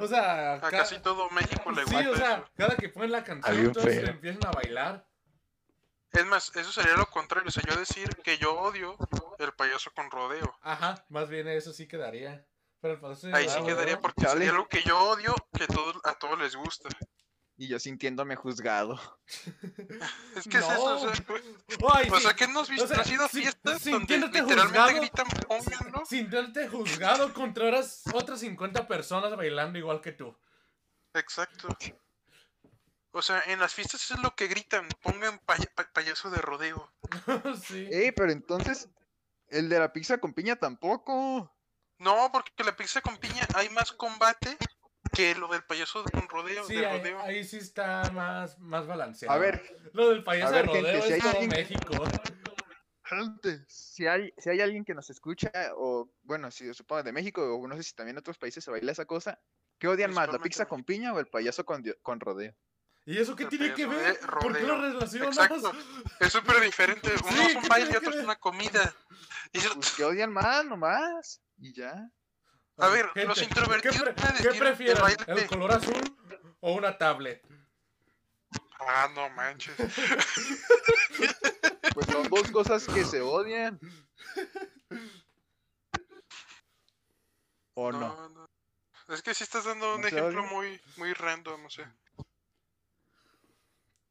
O sea, A ca- casi todo México le gusta Sí, o sea, eso. cada que ponen la canción, Alguien todos feo. le empiezan a bailar. Es más, eso sería lo contrario. O sea, yo decir que yo odio el payaso con rodeo. Ajá, más bien eso sí quedaría. Pero el paso Ahí sí ah, quedaría bueno. porque Chale. sería algo que yo odio que todos- a todos les gusta. Y yo sintiéndome juzgado. Es que es eso, o sea, güey. Ay, o sí, sea, que hemos visto, o sea, ha sido sin- fiestas donde sintiéndote literalmente juzgado. gritan, pónganlo. sintiéndote juzgado contra otras, otras 50 personas bailando igual que tú. Exacto. O sea, en las fiestas es lo que gritan, pongan paya- pa- payaso de rodeo. sí. Ey, pero entonces, el de la pizza con piña tampoco. No, porque la pizza con piña hay más combate que lo del payaso de un rodeo, Sí, de ahí, rodeo. ahí sí está más, más balanceado. A ver, Lo del payaso a ver, de rodeo gente, si es hay todo alguien- México. Gente, Si hay, si hay alguien que nos escucha, o bueno, si supongo de México, o no sé si también en otros países se baila esa cosa, ¿qué odian más, la pizza Principalmente con piña o el payaso con, dio- con rodeo? ¿Y eso qué tiene que Rodeo, ver? eh, ¿Por qué lo rodeo. relacionas? Exacto. Es súper diferente. Uno Sí, es un ¿qué baile y tiene que otro es ver? una comida. Y yo- Pues que odian más, nomás. Y ya. A ver, Gente, los introvertidos ¿Qué, pre- pueden qué decir que prefieren? baile- ¿El color azul o una tablet? Ah, no manches. Pues son dos cosas que se odian. ¿O no? No, no. Es que sí estás dando un ¿No se ejemplo oye? muy, muy random, no sé.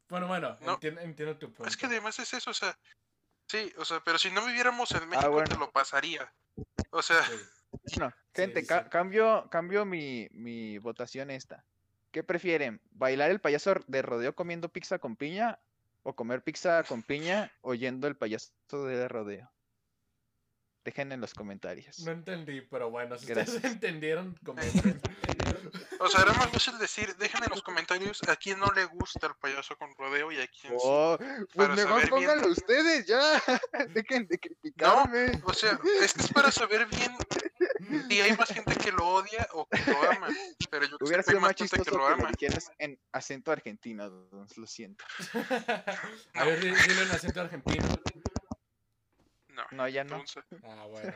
Bueno, bueno, No. entien- entiendo tu punto. Es que además es eso, o sea. Sí, o sea, pero si no viviéramos en México Ah, bueno. te lo pasaría. O sea, Sí. Bueno, gente, sí, ca- sí. cambio, cambio mi, mi votación esta. ¿Qué prefieren? ¿Bailar el payaso de rodeo comiendo pizza con piña? ¿O comer pizza con piña oyendo el payaso de rodeo? Dejen en los comentarios. No entendí, pero bueno, si ustedes Gracias. entendieron, comenten. o sea, era más fácil decir, déjenme en los comentarios a quién no le gusta el payaso con rodeo y a quién sí. Oh, pues Para saber mejor bien. pónganlo ustedes ya. Dejen de criticarme. O sea, es que es para saber bien si hay más gente que lo odia o que lo ama. Pero yo creo Hubiera que hay sido más más gente chistoso que que, lo lo ama. dijeras en acento argentino, Duns, lo siento. A ver, di- dile en acento argentino. No, No, ya no. entonces. Ah, bueno.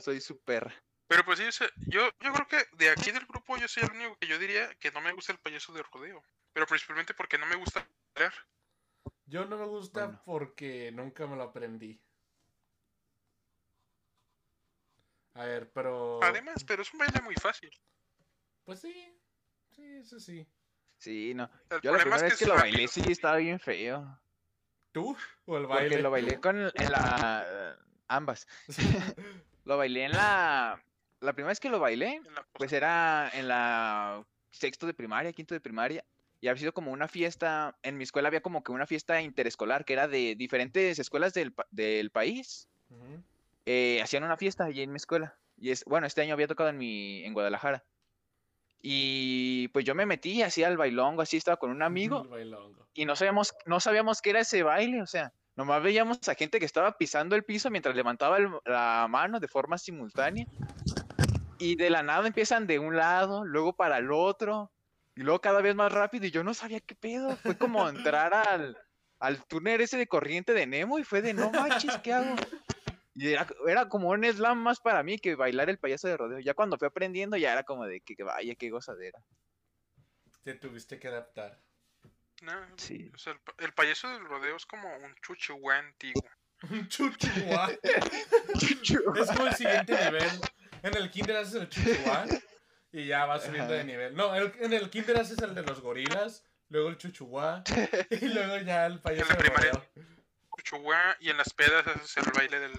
Soy súper. Pero pues sí, o sea, yo, yo creo que de aquí del grupo yo soy el único que yo diría que no me gusta el payaso de rodeo. Pero principalmente porque no me gusta bailar. Yo no me gusta Bueno. porque nunca me lo aprendí. A ver, pero. Además, pero es un baile muy fácil. Pues sí. Sí, eso sí. Sí, no. El Yo la problema primera es vez que, que es lo rápido. bailé sí estaba bien feo. ¿Tú? ¿O el Porque baile? lo bailé con en la. Ambas. Lo bailé en la. La primera vez que lo bailé, en la posta. pues era en la sexto de primaria, quinto de primaria. Y había sido como una fiesta. En mi escuela había como que una fiesta interescolar que era de diferentes escuelas del, pa- del país. Ujú. eh, hacían una fiesta allí en mi escuela. Y es, bueno, este año había tocado en mi, en Guadalajara. Y pues yo me metí así al bailongo, así estaba con un amigo El bailongo. y no sabíamos, no sabíamos qué era ese baile, o sea, nomás veíamos a gente que estaba pisando el piso mientras levantaba el- la mano de forma simultánea. Y de la nada empiezan de un lado, luego para el otro, y luego cada vez más rápido, y yo no sabía qué pedo. Fue como entrar al, al túnel ese de corriente de Nemo y fue de no manches, ¿qué hago? Y era, era como un slam más para mí que bailar el payaso de rodeo. Ya cuando fui aprendiendo, ya era como de que que vaya, qué gozadera. Te tuviste que adaptar. No, Sí. o sea, el, pa- el payaso del rodeo es como un chuchuá antiguo. Un chuchuá. Es como el siguiente nivel. En el kinder haces el chuchuá y ya vas subiendo de Ajá. nivel. No, el- en el kinder haces el de los gorilas, luego el chuchuá y luego ya el payaso En la de primaria. rodeo. Chuchuá y en las pedas haces el baile del,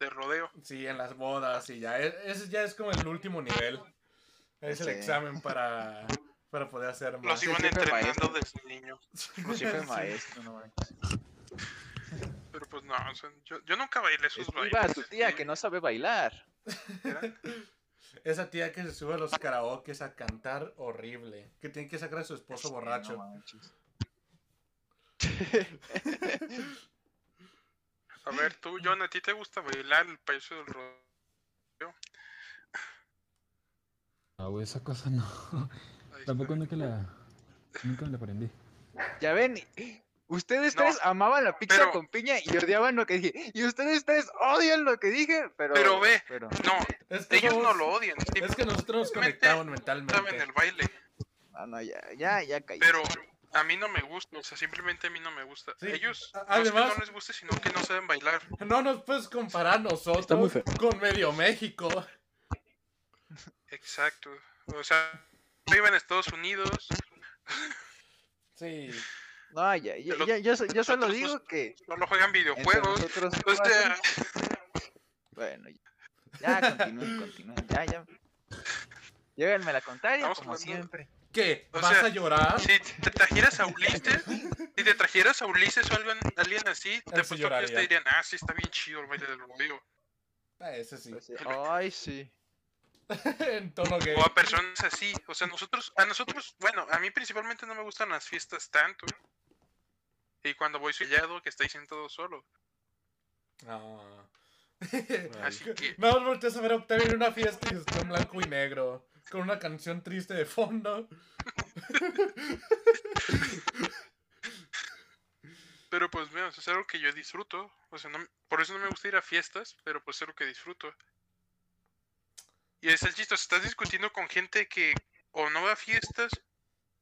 del rodeo. Sí, en las bodas y ya. E- Ese ya es como el último nivel. Es el Sí. examen para, para poder hacer más. Los iban siempre me entrenando parece. desde niño. Como siempre pues Sí. maestro, no manches. Pero pues no, o sea, yo, yo nunca bailé esos bailes. Esquiva a tu tía que no sabe bailar. Esa tía que se sube a los karaokes a cantar horrible. Que tiene que sacar a su esposo borracho. A ver, tú, John, ¿a ti te gusta bailar el payaso del rodeo? Ah, güey, esa cosa no. Ahí está. Tampoco nunca la. Nunca me la aprendí. Ya ven, ustedes No, tres amaban la pizza pero- con piña y odiaban lo que dije. Y ustedes tres odian lo que dije, pero. Pero ve, pero- No, Es que ellos no somos- lo odian. Es que nosotros nos Simplemente conectamos saben el mentalmente. baile. Ah, no, ya, ya, ya caí. Pero a mí no me gusta, o sea, simplemente a mí no me gusta. Sí, Ellos a- no es que además- no les guste, sino que no saben bailar. No nos puedes comparar Está muy nosotros feo. con medio México. Exacto. O sea, viven en Estados Unidos. Sí. No, ya, ya, Pero ya- yo, so- yo solo nosotros digo que. Solo juegan entre videojuegos. nosotros O cuatro- sea, Bueno, ya, ya continúen, continúen, ya, ya. Llévenme la contraria, Estamos como hablando- siempre. ¿Qué? O ¿Vas sea, a llorar? si te trajeras a Ulises, si te trajeras a Ulises o alguien, alguien así, te sí apuesto que ellos lloraría. te dirían, ah, sí, está bien chido el baile del rodeo. Ah, ese sí. Pues sí, Ay, sí. en tono gay. O a personas así. O sea, nosotros, a nosotros, bueno, a mí principalmente no me gustan las fiestas tanto. ¿eh? Y cuando voy sellado, que estáis en todo solo. No. Así que, No, volteas a ver a Octavio en una fiesta y está en blanco y negro. Con una canción triste de fondo. Pero pues, mira, eso es algo que yo disfruto. O sea, no me- por eso no me gusta ir a fiestas, pero pues es lo que disfruto. Y es el chiste, o sea, estás discutiendo con gente que o no va a fiestas,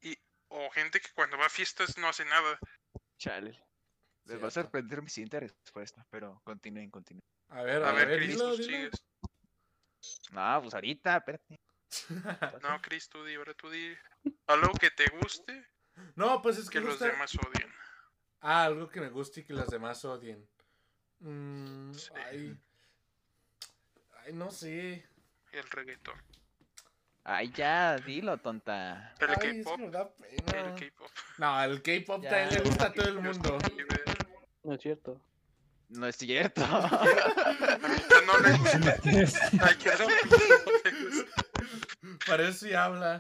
y, o gente que cuando va a fiestas no hace nada. Chale. Les va a Cierto. sorprender mi siguiente respuesta, pero continúen, continúen. A ver, A ver, Cris, dilo, tú dilo. sigues. No, pues ahorita, espérate. No, Cris, tú di, ahora tú di algo que te guste, No, pues es que, que los gusta- demás odien. Ah, algo que me guste y que las demás odien. Mm, ay. Ay, no sé. El reggaetón, Ay, ya, dilo, tonta. el Ay, es que K-pop, me da pena. el K-pop. No, el K-pop Ya. también le gusta a todo el Justin mundo. Bieber. No es cierto. No es cierto. Ah, No le gusta. Ay, que no, no te gusta. Para eso ya habla.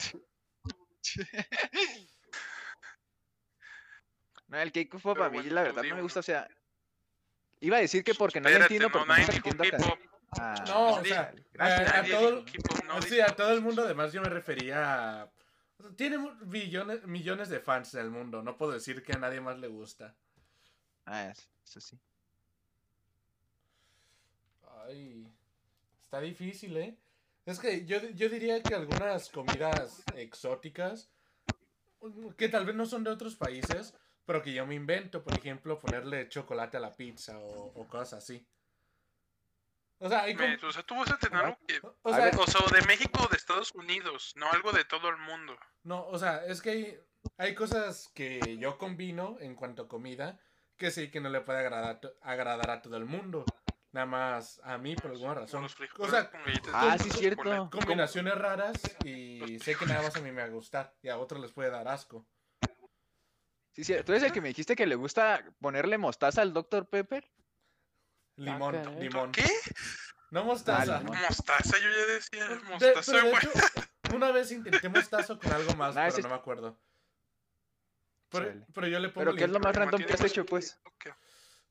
no, el K-pop Pero a mí bueno, pues la tú verdad di no me uno. gusta, o sea. Iba a decir que porque no lo Espérate, entiendo, porque no, no nadie lo dijo entiendo acá. K-pop. Ah, No, o sí, sea, gracias. a- a Nadie todo- dijo K-pop, no Sí, dijo. a todo el mundo, además, yo me refería a... Tiene mu- billones- millones de fans en el mundo. No puedo decir que a nadie más le gusta. Ah, es- eso sí. Ay, está difícil, ¿eh? Es que yo, yo diría que algunas comidas exóticas, mm, que tal vez no son de otros países, pero que yo me invento, por ejemplo, ponerle chocolate a la pizza o, o cosas así. O sea, hay Me- com- O sea, tú vas a tener algo que. o a sea, ver. O sea, o de México o de Estados Unidos, no algo de todo el mundo. no, o sea, es que hay, hay cosas que yo combino en cuanto a comida que sí que no le puede agradar, a to- agradar a todo el mundo. Nada más a mí, por alguna Como razón. los O frijoles sea, con galletas de Ah, sí, chocolate. cierto. combinaciones raras y sé que nada más a mí me va a gustar y a otros les puede dar asco. Sí, sí, tú eres el que me dijiste que le gusta ponerle mostaza al Dr. Pepper. Limón, Ah, caray. limón. ¿Qué? No mostaza. Ah, limón. Mostaza, yo ya decía De- mostaza, pero de güey. hecho, una vez intenté mostaza con algo más, Nah, pero ese- no me acuerdo. Pero, Chale. pero yo le pongo Pero ¿qué es lo limón. más Pero random que mantiene has hecho, pues? Ok.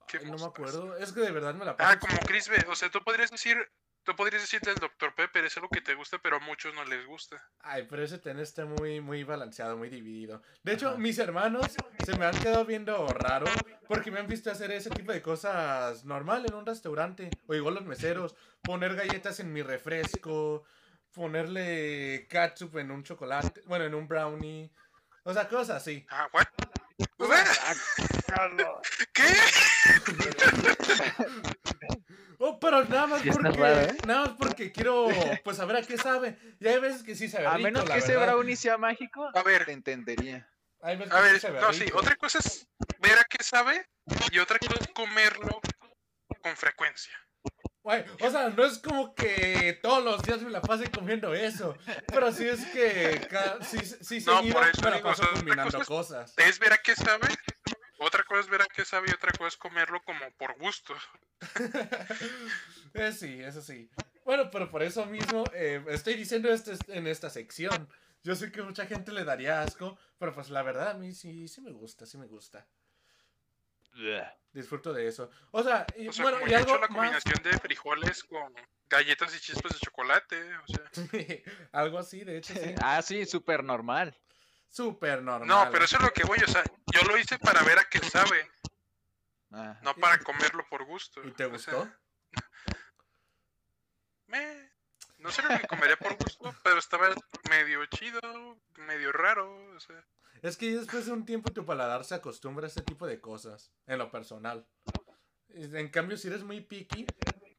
Ay, no me mostaza? acuerdo. Es que de verdad me la paso. Ah, como Chris B. O sea, tú podrías decir. Tú podrías decirte el Dr. Pepper, es algo que te gusta, pero a muchos no les gusta. Ay, pero ese ten está muy, muy balanceado, muy dividido. De hecho, Ajá. mis hermanos se me han quedado viendo raro porque me han visto hacer ese tipo de cosas normal en un restaurante. O igual los meseros, poner galletas en mi refresco, ponerle ketchup en un chocolate, bueno, en un brownie. O sea, cosas así. Ah, what? Ah, ¿Qué? Oh, pero nada más Sí está porque, raro, ¿eh? nada más porque quiero, pues, saber a qué sabe. Y hay veces que sí sabe A rico, menos la que ese verdad. brownie sea mágico, A te ver, entendería. Hay veces a que sí ver, sabe no, sí, rico. otra cosa es ver a qué sabe y otra cosa es comerlo con frecuencia. Güey, o sea, no es como que todos los días me la pase comiendo eso, pero sí es que ca- sí, sí No, seguido por eso me la digo, paso o sea, otra combinando cosa es- cosas. Es ver a qué sabe, otra cosa es ver a qué sabe y otra cosa es comerlo como por gusto. Eh, sí, eso sí. Bueno, pero por eso mismo eh, estoy diciendo esto es- en esta sección. Yo sé que mucha gente le daría asco, pero pues la verdad a mí sí, sí me gusta, sí me gusta. Disfruto de eso. O sea, y, O sea, bueno, como y yo he hecho algo la más, combinación de frijoles con galletas y chispas de chocolate, o sea. algo así, de hecho, sí. Ah, sí, súper normal. Súper normal. No, pero eso es lo que voy, o sea, yo lo hice para ver a qué sabe, Ah, no para comerlo por gusto. ¿Y te o sea, gustó? me- No sé lo que comería por gusto, pero estaba medio chido, medio raro, o sea. Es que después de un tiempo tu paladar se acostumbra a este tipo de cosas, en lo personal. En cambio, si eres muy picky,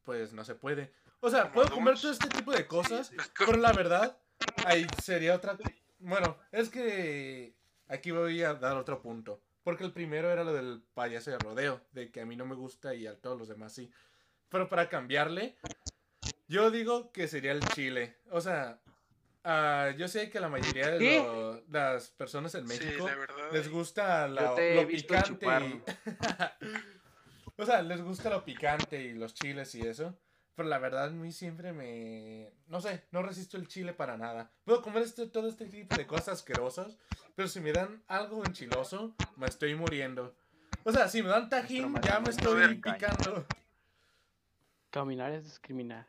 pues no se puede. O sea, Como puedo comer algunos. todo este tipo de cosas, pero la verdad, ahí sería otra... Bueno, es que aquí voy a dar otro punto. Porque el primero era lo del payaso de rodeo, de que a mí no me gusta y a todos los demás sí. Pero para cambiarle, yo digo que sería el chile. O sea, ah, yo sé que la mayoría de ¿Qué? lo- las personas en México sí, la verdad. les gusta la, Yo te he lo visto picante. chuparlo. y- o sea, les gusta lo picante y los chiles y eso. Pero la verdad, a mí siempre me. No sé, no resisto el chile para nada. Puedo comer este, todo este tipo de cosas asquerosas, pero si me dan algo enchiloso, me estoy muriendo. O sea, si me dan tajín, ya matrimonio me estoy engaña. picando. Caminar es discriminar.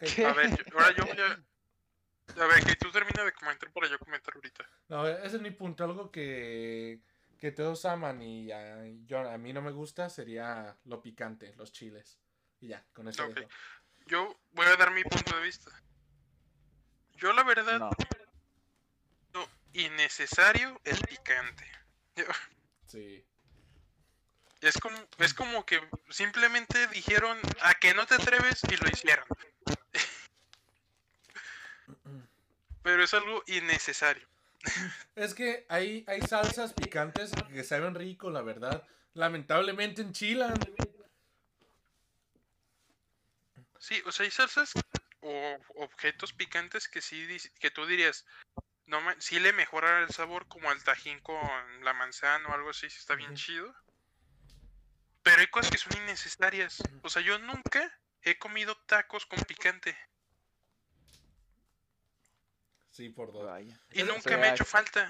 A ver, yo- ahora yo voy a, A ver, que tú termina de comentar para yo comentar ahorita. No, ese es mi punto. Algo que, que todos aman y a, yo, a mí no me gusta sería lo picante, los chiles. Y ya, con eso. Ok. dejo. Yo voy a dar mi punto de vista. Yo la verdad No. no, innecesario el picante. Sí. Es como es como que simplemente dijeron a que no te atreves y lo hicieron. Mm, Pero es algo innecesario. Es que hay, hay salsas picantes que saben rico, la verdad. Lamentablemente enchilan. Sí, o sea, hay salsas o objetos picantes que sí dis- que tú dirías no ma- sí le mejora el sabor como al tajín con la manzana o algo así, sí está bien Ujú. chido. Pero hay cosas que son innecesarias. O sea, yo nunca he comido tacos con picante Sí, por dos. Vaya. y Eso- nunca me ha hecho falta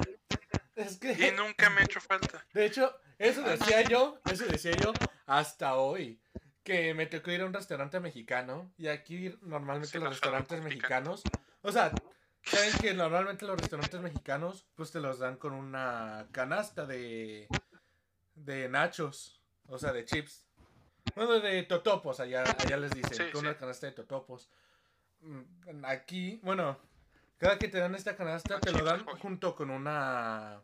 Es y que, nunca me ha hecho falta. de hecho, eso decía yo, eso decía yo hasta hoy. Que me tocó ir a un restaurante mexicano. Y aquí normalmente Sí, los los saben restaurantes con mexicanos. O sea, saben que normalmente los restaurantes mexicanos, pues te los dan con una canasta de. de nachos. O sea, de chips. Bueno, de totopos, allá, allá les dicen. Sí, con sí. una canasta de totopos. Mm, Aquí, bueno, cada que te dan esta canasta, Con te lo chips, dan pollo. junto con una.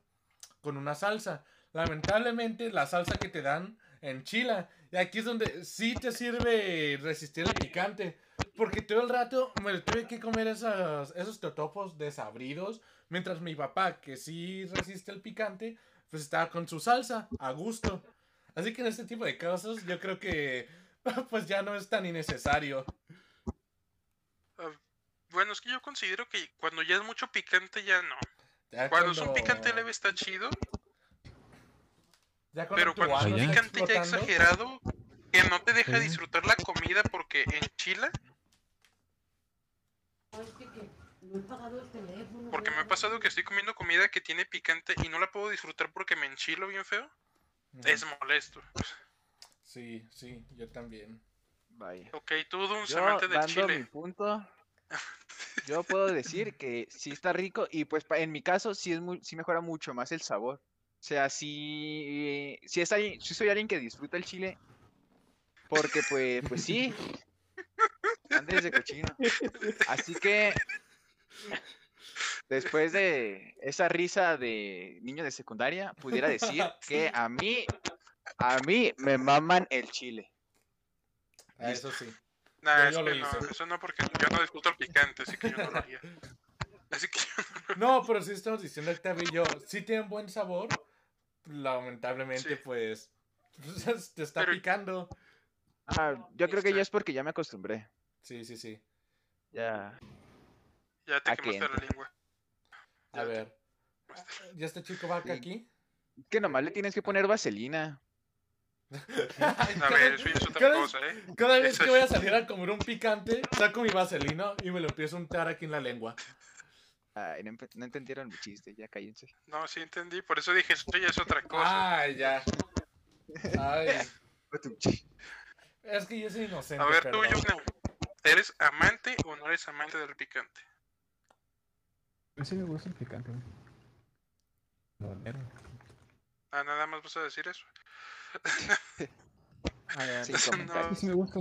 con una salsa. Lamentablemente, la salsa que te dan enchila. Y aquí es donde sí te sirve resistir el picante. Porque todo el rato me tuve que comer esas, esos totopos desabridos. Mientras mi papá, que sí resiste el picante, pues estaba con su salsa, a gusto. Así que en este tipo de casos, yo creo que. Pues ya no es tan innecesario. Ah, Bueno, es que yo considero que cuando ya es mucho picante ya no. Ya Cuando es un picante leve está chido, ya pero tu cuando es ano un ya. está picante ya explotando, exagerado que no te deja Sí. disfrutar la comida porque enchila ¿Sabes qué? Que no he pagado el teléfono. Porque me ha güey. pasado que estoy comiendo comida que tiene picante y no la puedo disfrutar porque me enchilo bien feo. ujú. Es molesto. Sí, sí, yo también. Vaya. Ok, tú, Duns, Yo amante del dando mi chile. punto, yo puedo decir que sí está rico y pues pa- en mi caso sí es muy, sí mejora mucho más el sabor. O sea, sí, sí es alguien, sí soy alguien que disfruta el chile, porque pues, pues sí, Andrés de cochino. Así que después de esa risa de niño de secundaria, pudiera decir que a mí, a mí me maman el chile. Ah, eso sí. Nah, yo es ya lo que no, hice. eso no porque yo no disfruto el picante, así que yo no lo haría. Así que No, pero sí estamos diciendo, Octavio y yo, sí tienen buen sabor. Lamentablemente, Sí. pues. Te está Pero- picando. Ah, yo creo que ya Este- es porque ya me acostumbré. Sí, sí, sí. Ya. ya te ¿A qué quemaste la entra? lengua. A Ya te- ver. ¿Ya este chico va acá Sí. aquí? Que nomás le tienes que poner vaselina. A a ver, eso ya es otra cosa, ¿eh? Cada vez Eso que voy a es- salir a comer un picante, saco mi vaselina y me lo empiezo a untar aquí en la lengua. Ay, no, empe- no entendieron mi chiste, ya cállense. No, sí entendí, por eso dije, eso ya es otra cosa. Ay, ya. Ay, Yo es que yo soy inocente. A ver, tú, perdón. Yuna, ¿eres amante o no eres amante del picante? Yo sí me gusta el picante. güey. Lo tolero. Ah, nada más vas a decir eso. A ver. Sin comentarios. Sí, sí me gusta.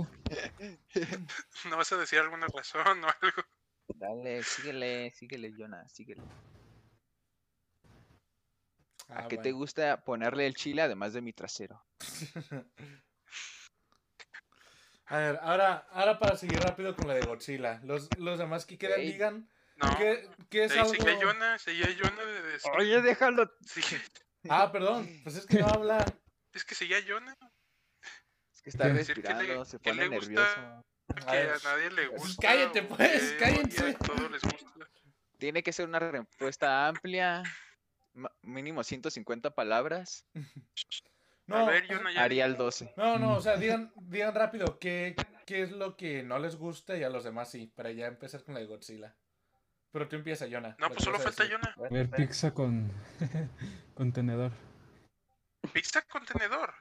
¿No vas a decir alguna razón o algo? Dale, síguele, síguele, Jonah, síguele. ¿A Ah, qué te bueno. gusta ponerle el chile además de mi trasero? A ver, ahora, ahora para seguir rápido con la de Godzilla. Los, los demás que quedan Ey. digan No. qué, qué es Ahí algo... seguía Yona, seguía Yona de decir. Oye, déjalo. sigue- Ah, perdón, pues es que no habla. Es que seguía Yona. Es que está Quiero decir que le- respirando, se que pone le gusta- nervioso. A que a ver, nadie le pues gusta. cállate, o pues, que cállense. odia, todo les gusta. Tiene que ser una respuesta amplia, ma- mínimo 150 palabras. no, a ver, Yona, ya. Arial 12. no, no, o sea, digan, digan rápido qué, qué es lo que no les gusta y a los demás sí, para ya empezar con la de Godzilla. Pero tú empieza, Yona. lo No, pues que solo vas a falta decir. Yona. A ver, pizza con contenedor. Pizza contenedor.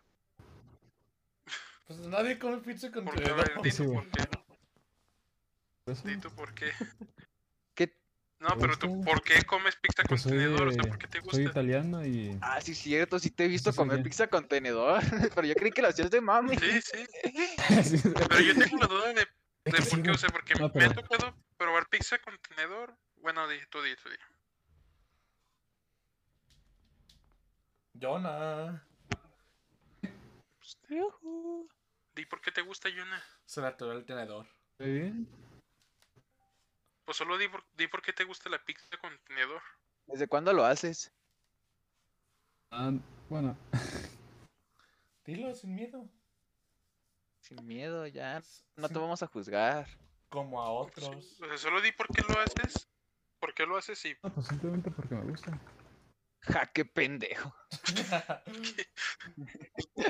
Pues nadie come pizza con pues, Porque, a ver, tenedor. di tú Sí, Pues, por güey. qué. Eso, Di tú por qué. ¿Qué, No, pero tú, gusta? ¿por qué comes pizza con Pues soy, tenedor? O eh, sea, de- ¿por qué te soy gusta? italiano y Ah, sí, cierto, sí te he visto Eso soy comer yo. pizza con tenedor, pero yo creí que lo hacías de mami. Sí, sí. Sí, Pero yo tengo la duda de, de es que sí, por qué, güey. o sea, porque No, me ha pero- tocado probar pizza con tenedor. Bueno, di, tú di, tú di. Jonah. Di, ¿por qué te gusta, Yuna? Se le atoró el tenedor. Muy bien. Pues solo di por, di por qué te gusta la pizza con tenedor. ¿Desde cuándo lo haces? Ah, bueno, Dilo sin miedo. Sin miedo, ya. No Sin- te vamos a juzgar. Como a Sí, otros. O sea, solo di por qué lo haces. ¿Por qué lo haces? Y no, pues simplemente porque me gusta. Ja, qué pendejo.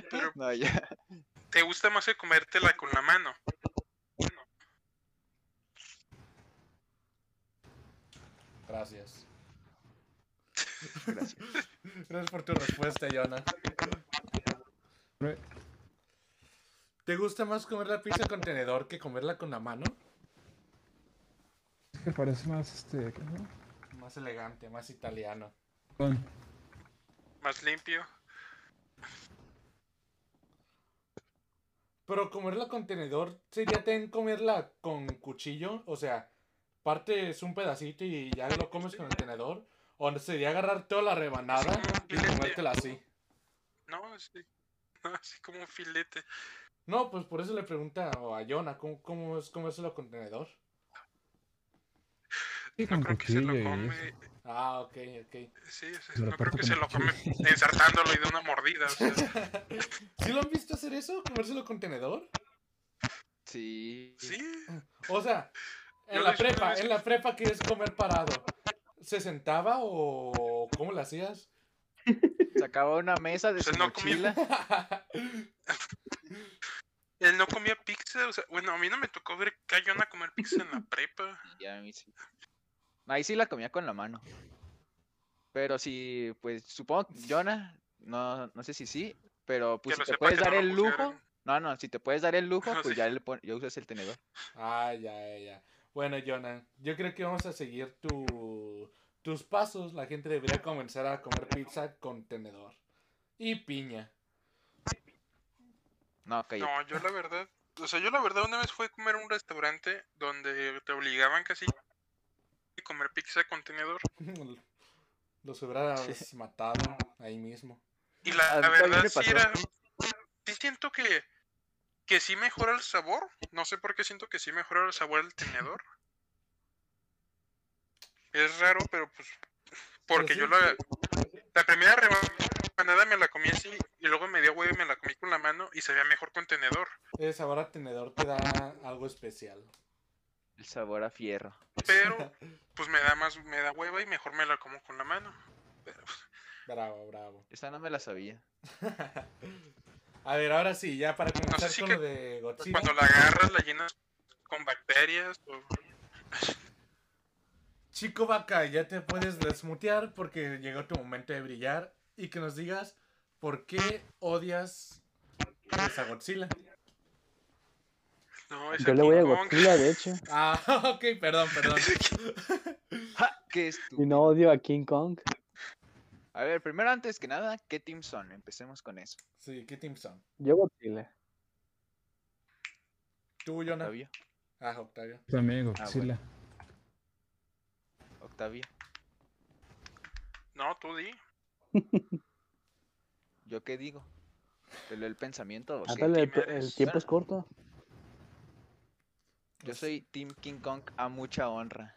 Pero- No, ya. te gusta más que comértela con la mano. Gracias. Gracias. Gracias por tu respuesta, Jonah. Pero, ¿Te gusta más comer la pizza con tenedor que comerla con la mano? Es que parece más este. ¿qué no? Más elegante, más italiano. Bueno, Más limpio. Pero comerla con tenedor sería también comerla con cuchillo. O sea, partes un pedacito y ya lo comes con el tenedor. O sería agarrar toda la rebanada y comértela así. No, sí. No, así como un filete. No, pues por eso le pregunta a Jonah, ¿cómo, cómo es comérselo con tenedor? sí, No con creo que se cuchillo lo y come. Ah, ok, ok. Sí, o sea, Lo no creo parto que con se lo come cuchillo. ensartándolo y de una mordida. O sea, ¿Sí lo han visto hacer eso? ¿Comérselo con tenedor? Sí. sí. O sea, Yo en la lo hice una prepa, vez. en la prepa que es comer parado. ¿Se sentaba o cómo lo hacías? Sacaba una mesa de Pues su no comí- mochila. Él no comía pizza, o sea, bueno, a mí no me tocó ver que a a comer pizza en la prepa. Y a mí sí. Ahí sí la comía con la mano. Pero sí, pues supongo, Jonah, no, no sé si sí, pero pues Que lo si te sepa puedes que dar no lo el lujo, pusieron. no, no, si te puedes dar el lujo, No, pues sí. ya, le pon- ya usas el tenedor. Ah, ya, ya, ya. Bueno, Jonan, yo creo que vamos a seguir tu- tus pasos. La gente debería comenzar a comer pizza con tenedor y piña. No, ok. No, yo la verdad, o sea, yo la verdad una vez fui a comer a un restaurante donde te obligaban casi a comer pizza con tenedor. Los hubieras matado ahí mismo. Y A la, la mí también verdad me sí pasó. era, sí siento que, que sí mejora el sabor, no sé por qué siento que sí mejora el sabor del tenedor. Es raro, pero pues, porque sí, yo la, la primera rebanada me la comí así y luego me dio huevo y me la comí con la mano y sabía mejor con tenedor. El sabor a tenedor te da algo especial. El sabor a fierro. Pero pues me da más, me da hueva y mejor me la como con la mano. Pero, Bravo, bravo. Esa no me la sabía. A ver, ahora sí, ya para comenzar si con que- lo de pues, Godzilla. cuando la agarras la llenas con bacterias o Chico Vaca, ya te puedes desmutear porque llegó tu momento de brillar y que nos digas por qué odias pues, a Godzilla. no, es Yo le voy a Pues King Kong. Godzilla, de hecho. Ah, ok, perdón, perdón. ¡Ja! ¡Qué Y estúpido! no odio a King Kong. A ver, primero, antes que nada, ¿qué team son? Empecemos con eso. Sí, ¿qué team son? Yo Godzilla. Tú, Jonah. Octavio, Ah, Octavio. también bueno. Godzilla. Octavio, No, tú di. ¿yo qué digo? ¿Te leo el pensamiento o qué? Ándale, el, Jiménez. el tiempo es corto. Yo soy Team King Kong a mucha honra.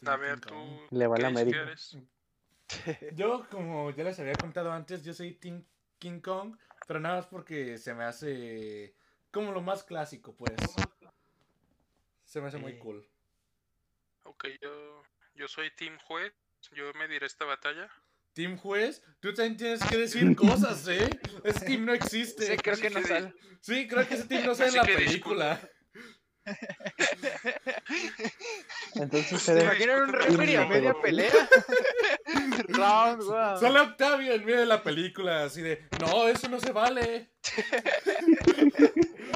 Team A ver, King Kong. tú. Le va ¿qué la dices que América. eres? Yo, como ya les había contado antes, yo soy Team King Kong, pero nada más porque se me hace como lo más clásico, pues. Se me hace muy Sí. cool. Ok, yo, yo soy Team Juez. Yo me diré esta batalla. Team Juez, tú también tienes que decir cosas, ¿eh? Ese team no existe. Sí, creo así que no que- sale. Sí, creo que ese team no sale en Así la que película. Entonces ¿Se seré imaginan un discúlpame, referee a no, media no. pelea? Round, wow. Sale Octavio en medio de la película, así de, no, eso no se vale.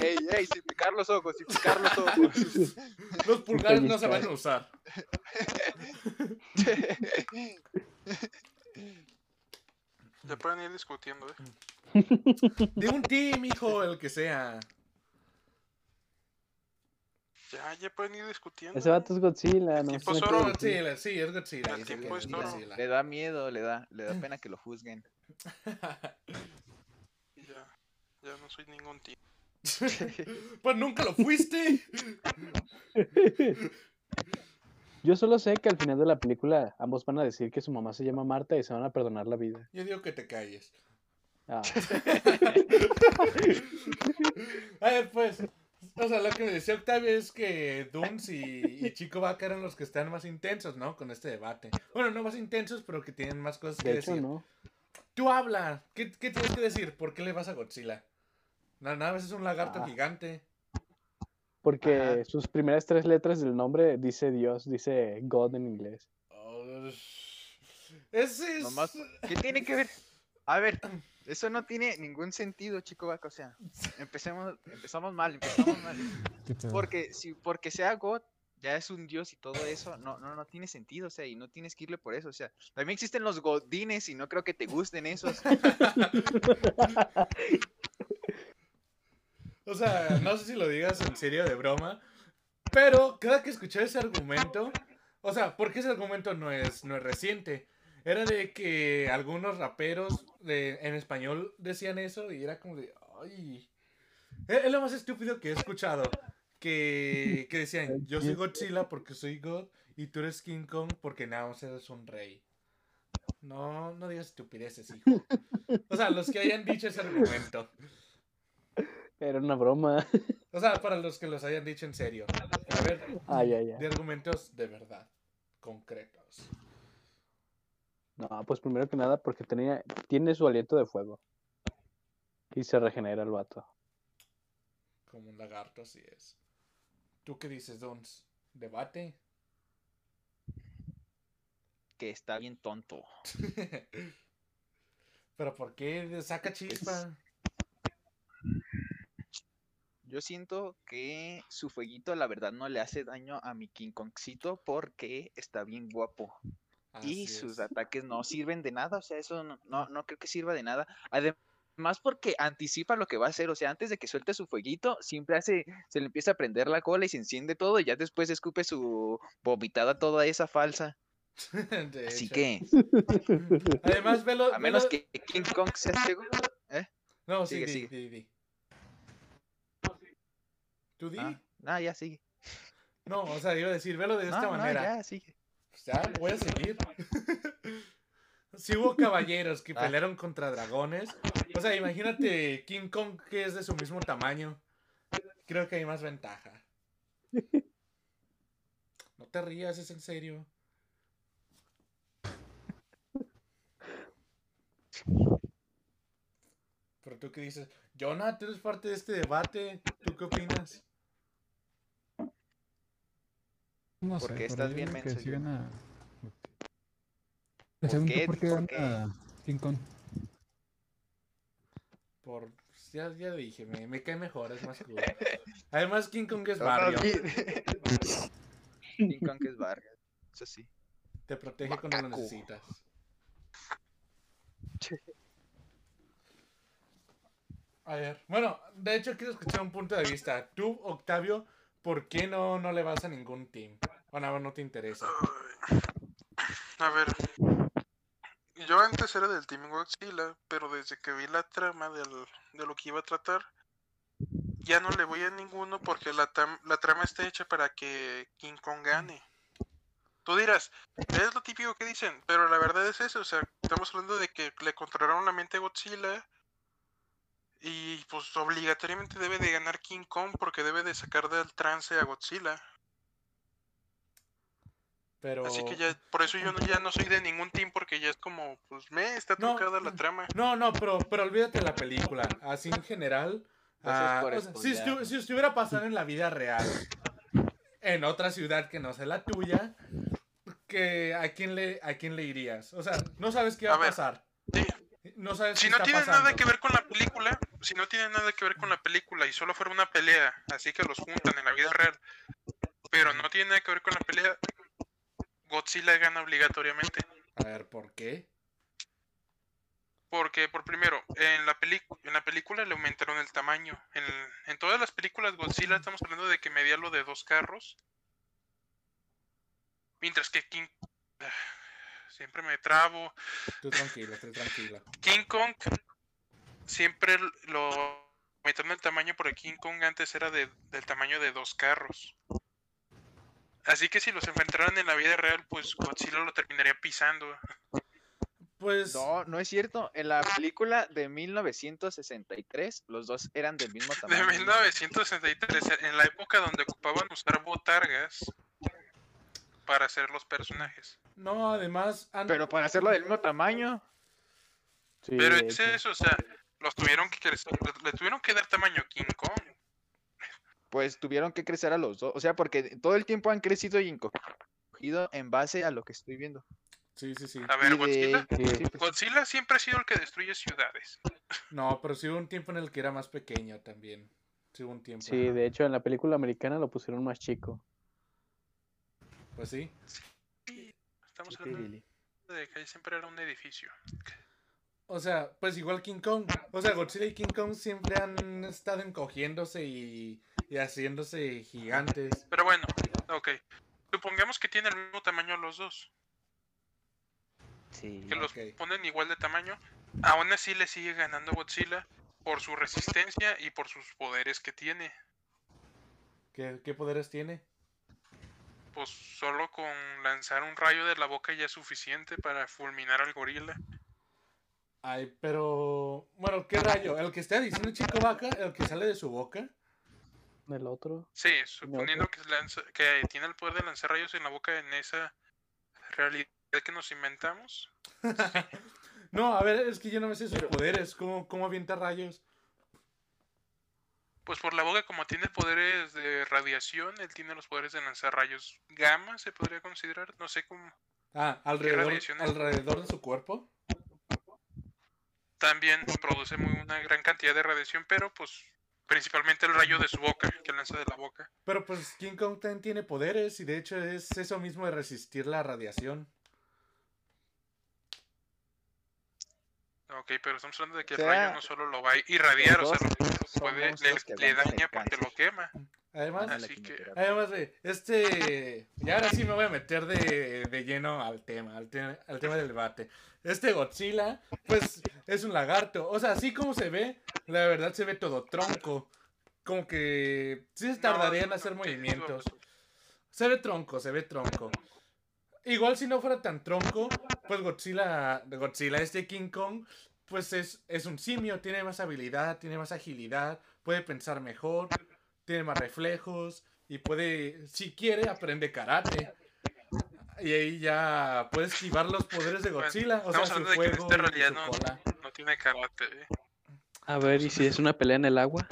Ey, ey, sin picar los ojos, sin picar los ojos. Los pulgares no se van a usar. Ya pueden ir discutiendo, ¿eh? De un team, hijo, el que sea. Ya, ya pueden ir discutiendo. Ese vato es Godzilla. No Tipo sé Zoro, qué decir. Godzilla, sí, es Godzilla. El sí, tiempo es es todo. Godzilla. le da miedo, le da, le da pena que lo juzguen. Ya, ya no soy ningún tío. Pues nunca lo fuiste. Yo solo sé que al final de la película ambos van a decir que su mamá se llama Marta y se van a perdonar la vida. Yo digo que te calles. Ah, A ver, pues. O sea, lo que me decía Octavio es que Duns y, y Chico Vaca eran los que están más intensos, ¿no? Con este debate. Bueno, no más intensos, pero que tienen más cosas que de hecho, decir. no. Tú habla. ¿Qué, qué tienes que decir? ¿Por qué le vas a Godzilla? La nave es un lagarto Ah. gigante. Porque Ajá. sus primeras tres letras del nombre dice Dios, dice God en inglés. Oh, ese es. Nomás- ¿Qué tiene que ver? A ver, eso no tiene ningún sentido, chico vaca. O sea, empecemos, empezamos mal, empezamos mal. pues, Porque si porque sea God, ya es un dios y todo eso, no, no, no tiene sentido, o sea, y no tienes que irle por eso. O sea, también existen los godines y no creo que te gusten esos. O sea, no sé si lo digas en serio de broma, pero cada que escuché ese argumento, o sea, porque ese argumento no es, no es reciente, era de que algunos raperos de, en español decían eso y era como de, ay, E, es, es lo más estúpido que he escuchado, que, que decían, yo soy Godzilla porque soy God y tú eres King Kong porque nada más eres un rey. No, no digas estupideces, hijo. O sea, los que hayan dicho ese argumento. Era una broma. O sea, para los que los hayan dicho en serio. A ver, Ay, ay, de ay. argumentos de verdad, concretos. No, pues primero que nada, porque tenía, tiene su aliento de fuego. Y se regenera el vato. Como un lagarto, así es. ¿Tú qué dices, Dons? ¿Debate? Que está bien tonto. ¿Pero por qué saca chispa? Yo siento que su fueguito, la verdad, no le hace daño a mi King Kongcito porque está bien guapo. Así y es. sus ataques no sirven de nada, o sea, eso no, no, no creo que sirva de nada. Además, porque anticipa lo que va a hacer, o sea, antes de que suelte su fueguito, siempre hace, se le empieza a prender la cola y se enciende todo, y ya después escupe su vomitada toda esa falsa. De Así hecho. que, Además, velo. a menos velo- que King Kong sea ciego. No, sí, sigue, di, sigue. di, di. ¿Tú di? Ah, ah, ya sigue. No, o sea, iba a decir, velo de esta No, no, manera. ya sigue. Pues ya, voy a seguir. Si hubo caballeros que Ah. pelearon contra dragones. O sea, imagínate King Kong que es de su mismo tamaño. Creo que hay más ventaja. No te rías, es en serio. Pero tú qué dices, Jonah, tú eres parte de este debate. ¿Tú qué opinas? No Porque pero estás yo bien digo que menso, sí yo. gana ¿Por Godzilla. Según tú, qué? ¿por qué ¿Por qué? gana King Kong? Por. Ya, ya dije, me, me cae mejor, es más cool. Además, King Kong es No, no, barrio. sí. King Kong es barrio, eso sí. Te protege cuando lo Macaco. necesitas. A ver, bueno, de hecho quiero escuchar un punto de vista. Tú, Octavio, ¿por qué no, no le vas a ningún team? O nada, más no te interesa. A ver. Yo antes era del Team Godzilla, pero desde que vi la trama del- de lo que iba a tratar, ya no le voy a ninguno porque la, tam- la trama está hecha para que King Kong gane. Tú dirás, es lo típico que dicen, pero la verdad es eso, o sea, estamos hablando de que le controlaron la mente a Godzilla y pues obligatoriamente debe de ganar King Kong porque debe de sacar del trance a Godzilla. Pero. Así que ya, por eso yo no, ya no soy de ningún team porque ya es como, pues me está No. trucada la trama. No, no, pero, pero olvídate de la película. Así en general. Gracias ah, por o sea, si, spoilearme. estu- si estuviera pasando en la vida real, en otra ciudad que no sea la tuya, que ¿a quién le, a quién le irías? O sea, no sabes qué va A a ver. pasar. Sí. No sabes Si qué no está tiene pasando. nada que ver con la película, si no tiene nada que ver con la película y solo fuera una pelea, así que los juntan en la vida real, pero no tiene nada que ver con la pelea, Godzilla gana obligatoriamente. A ver, ¿por qué? Porque, por primero, en la, peli- en la película le aumentaron el tamaño. En, en todas las películas Godzilla estamos hablando de que medía lo de dos carros. Mientras que King... ah, Siempre me trabo. Tú tranquilo, tú tranquilo. King Kong siempre lo aumentaron el tamaño porque King Kong antes era de- del tamaño de dos carros. Así que si los enfrentaran en la vida real, pues Godzilla lo terminaría pisando. Pues. No, no es cierto. En la película de 1963, los dos eran del mismo De tamaño. 1963, en la época donde ocupaban usar botargas para hacer los personajes. No, además. an- Pero para hacerlo del mismo tamaño, Sí, Pero de es hecho. eso, o sea, los tuvieron que crecer- le tuvieron que dar tamaño a King Kong. pues tuvieron que crecer a los dos. O sea, porque todo el tiempo han crecido y encogido en base a lo que estoy viendo. Sí, sí, sí. A ver, Y Godzilla, de- Sí. sí, pues, Godzilla siempre ha sido el que destruye ciudades. No, pero sí hubo un tiempo en el que era más pequeño también. Sí hubo un tiempo. Sí, ajá. de hecho en la película americana lo pusieron más chico. Pues sí. Estamos hablando de que ahí siempre era un edificio. O sea, pues igual King Kong. O sea, Godzilla y King Kong siempre han estado encogiéndose y, y haciéndose gigantes. Pero bueno, ok. Supongamos que tienen el mismo tamaño los dos, Sí. que los Ok. ponen igual de tamaño. Aún así le sigue ganando Godzilla por su resistencia y por sus poderes que tiene. ¿Qué, qué poderes tiene? Pues solo con lanzar un rayo de la boca ya es suficiente para fulminar al gorila. Ay, pero. Bueno, ¿qué rayo? ¿El que está diciendo Chico Vaca? ¿El que sale de su boca? El otro. Sí, suponiendo que, lanza- que tiene el poder de lanzar rayos en la boca en esa realidad que nos inventamos. No, a ver, es que yo no me sé sus poderes. ¿Cómo, cómo avienta rayos? Pues por la boca, como tiene poderes de radiación, él tiene los poderes de lanzar rayos gamma, se podría considerar. No sé cómo. Ah, alrededor, radiación es? alrededor de su cuerpo. También produce muy una gran cantidad de radiación, pero pues principalmente el rayo de su boca, que lanza de la boca. Pero pues King Kong también tiene poderes y de hecho es eso mismo de resistir la radiación. Ok, pero estamos hablando de que O el rayo sea, no solo lo va a irradiar, o sea, los lo puede, somos le, los que le aguantan el daña porque lo cáncer. quema. Además, Ah, la así que- quimioterapia. Además, güey, este. Y ahora sí me voy a meter de, de lleno al tema, al, te- al tema del debate. Este Godzilla, pues, es un lagarto. O sea, así como se ve, la verdad se ve todo tronco. Como que sí se No, tardaría en no, hacer no, movimientos. Se ve tronco, se ve tronco. Igual si no fuera tan tronco, pues Godzilla, Godzilla, este King Kong, pues es, es un simio, tiene más habilidad, tiene más agilidad, puede pensar mejor, tiene más reflejos y puede, si quiere, aprende karate. Y ahí ya puede esquivar los poderes de Bueno, Godzilla, o sea, estamos su hablando de que en fuego esta y realidad su no, cola. no tiene karate. ¿eh? A ver, ¿y si es una pelea en el agua?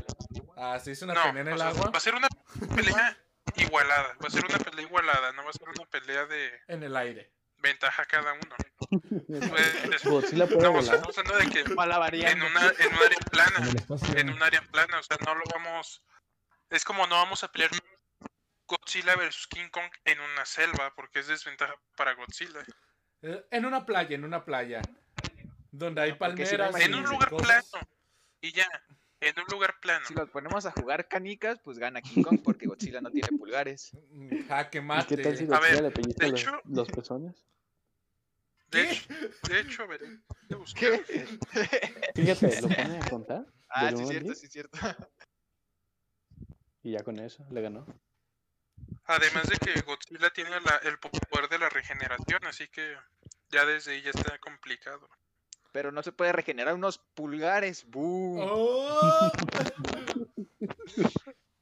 Ah, sí, es una No, pelea en o el sea, agua, va a ser una pelea igualada, va a ser una pelea igualada, no va a ser una pelea de en el aire. ventaja cada uno. Pues, Godzilla puede no, o sea, volar. estamos hablando de que Mala en variante. una, en un área En plana, el espacio. en un área plana, o sea, no lo vamos, es como no vamos a pelear Godzilla versus King Kong en una selva, porque es desventaja para Godzilla. Eh, En una playa, en una playa. Donde hay No, porque si no, palmeras. y En un Imagínense lugar cosas. plano, y ya, en un lugar plano. Si los ponemos a jugar canicas, pues gana King Kong porque Godzilla no tiene pulgares. Mm, Jaque ¿Y mate. qué tal si A ver, Godzilla le pellizca de los, hecho- los pezones? De ¿Qué? hecho, de hecho, a ver, voy a buscar. ¿Qué? Fíjate, lo pone a contar Ah, ¿Del sí, uno al cierto, diez? sí, cierto. y ya con eso le ganó. Además de que Godzilla tiene la- el poder de la regeneración, así que ya desde ahí ya está complicado. Pero no se puede regenerar unos pulgares. ¡Buu! Oh.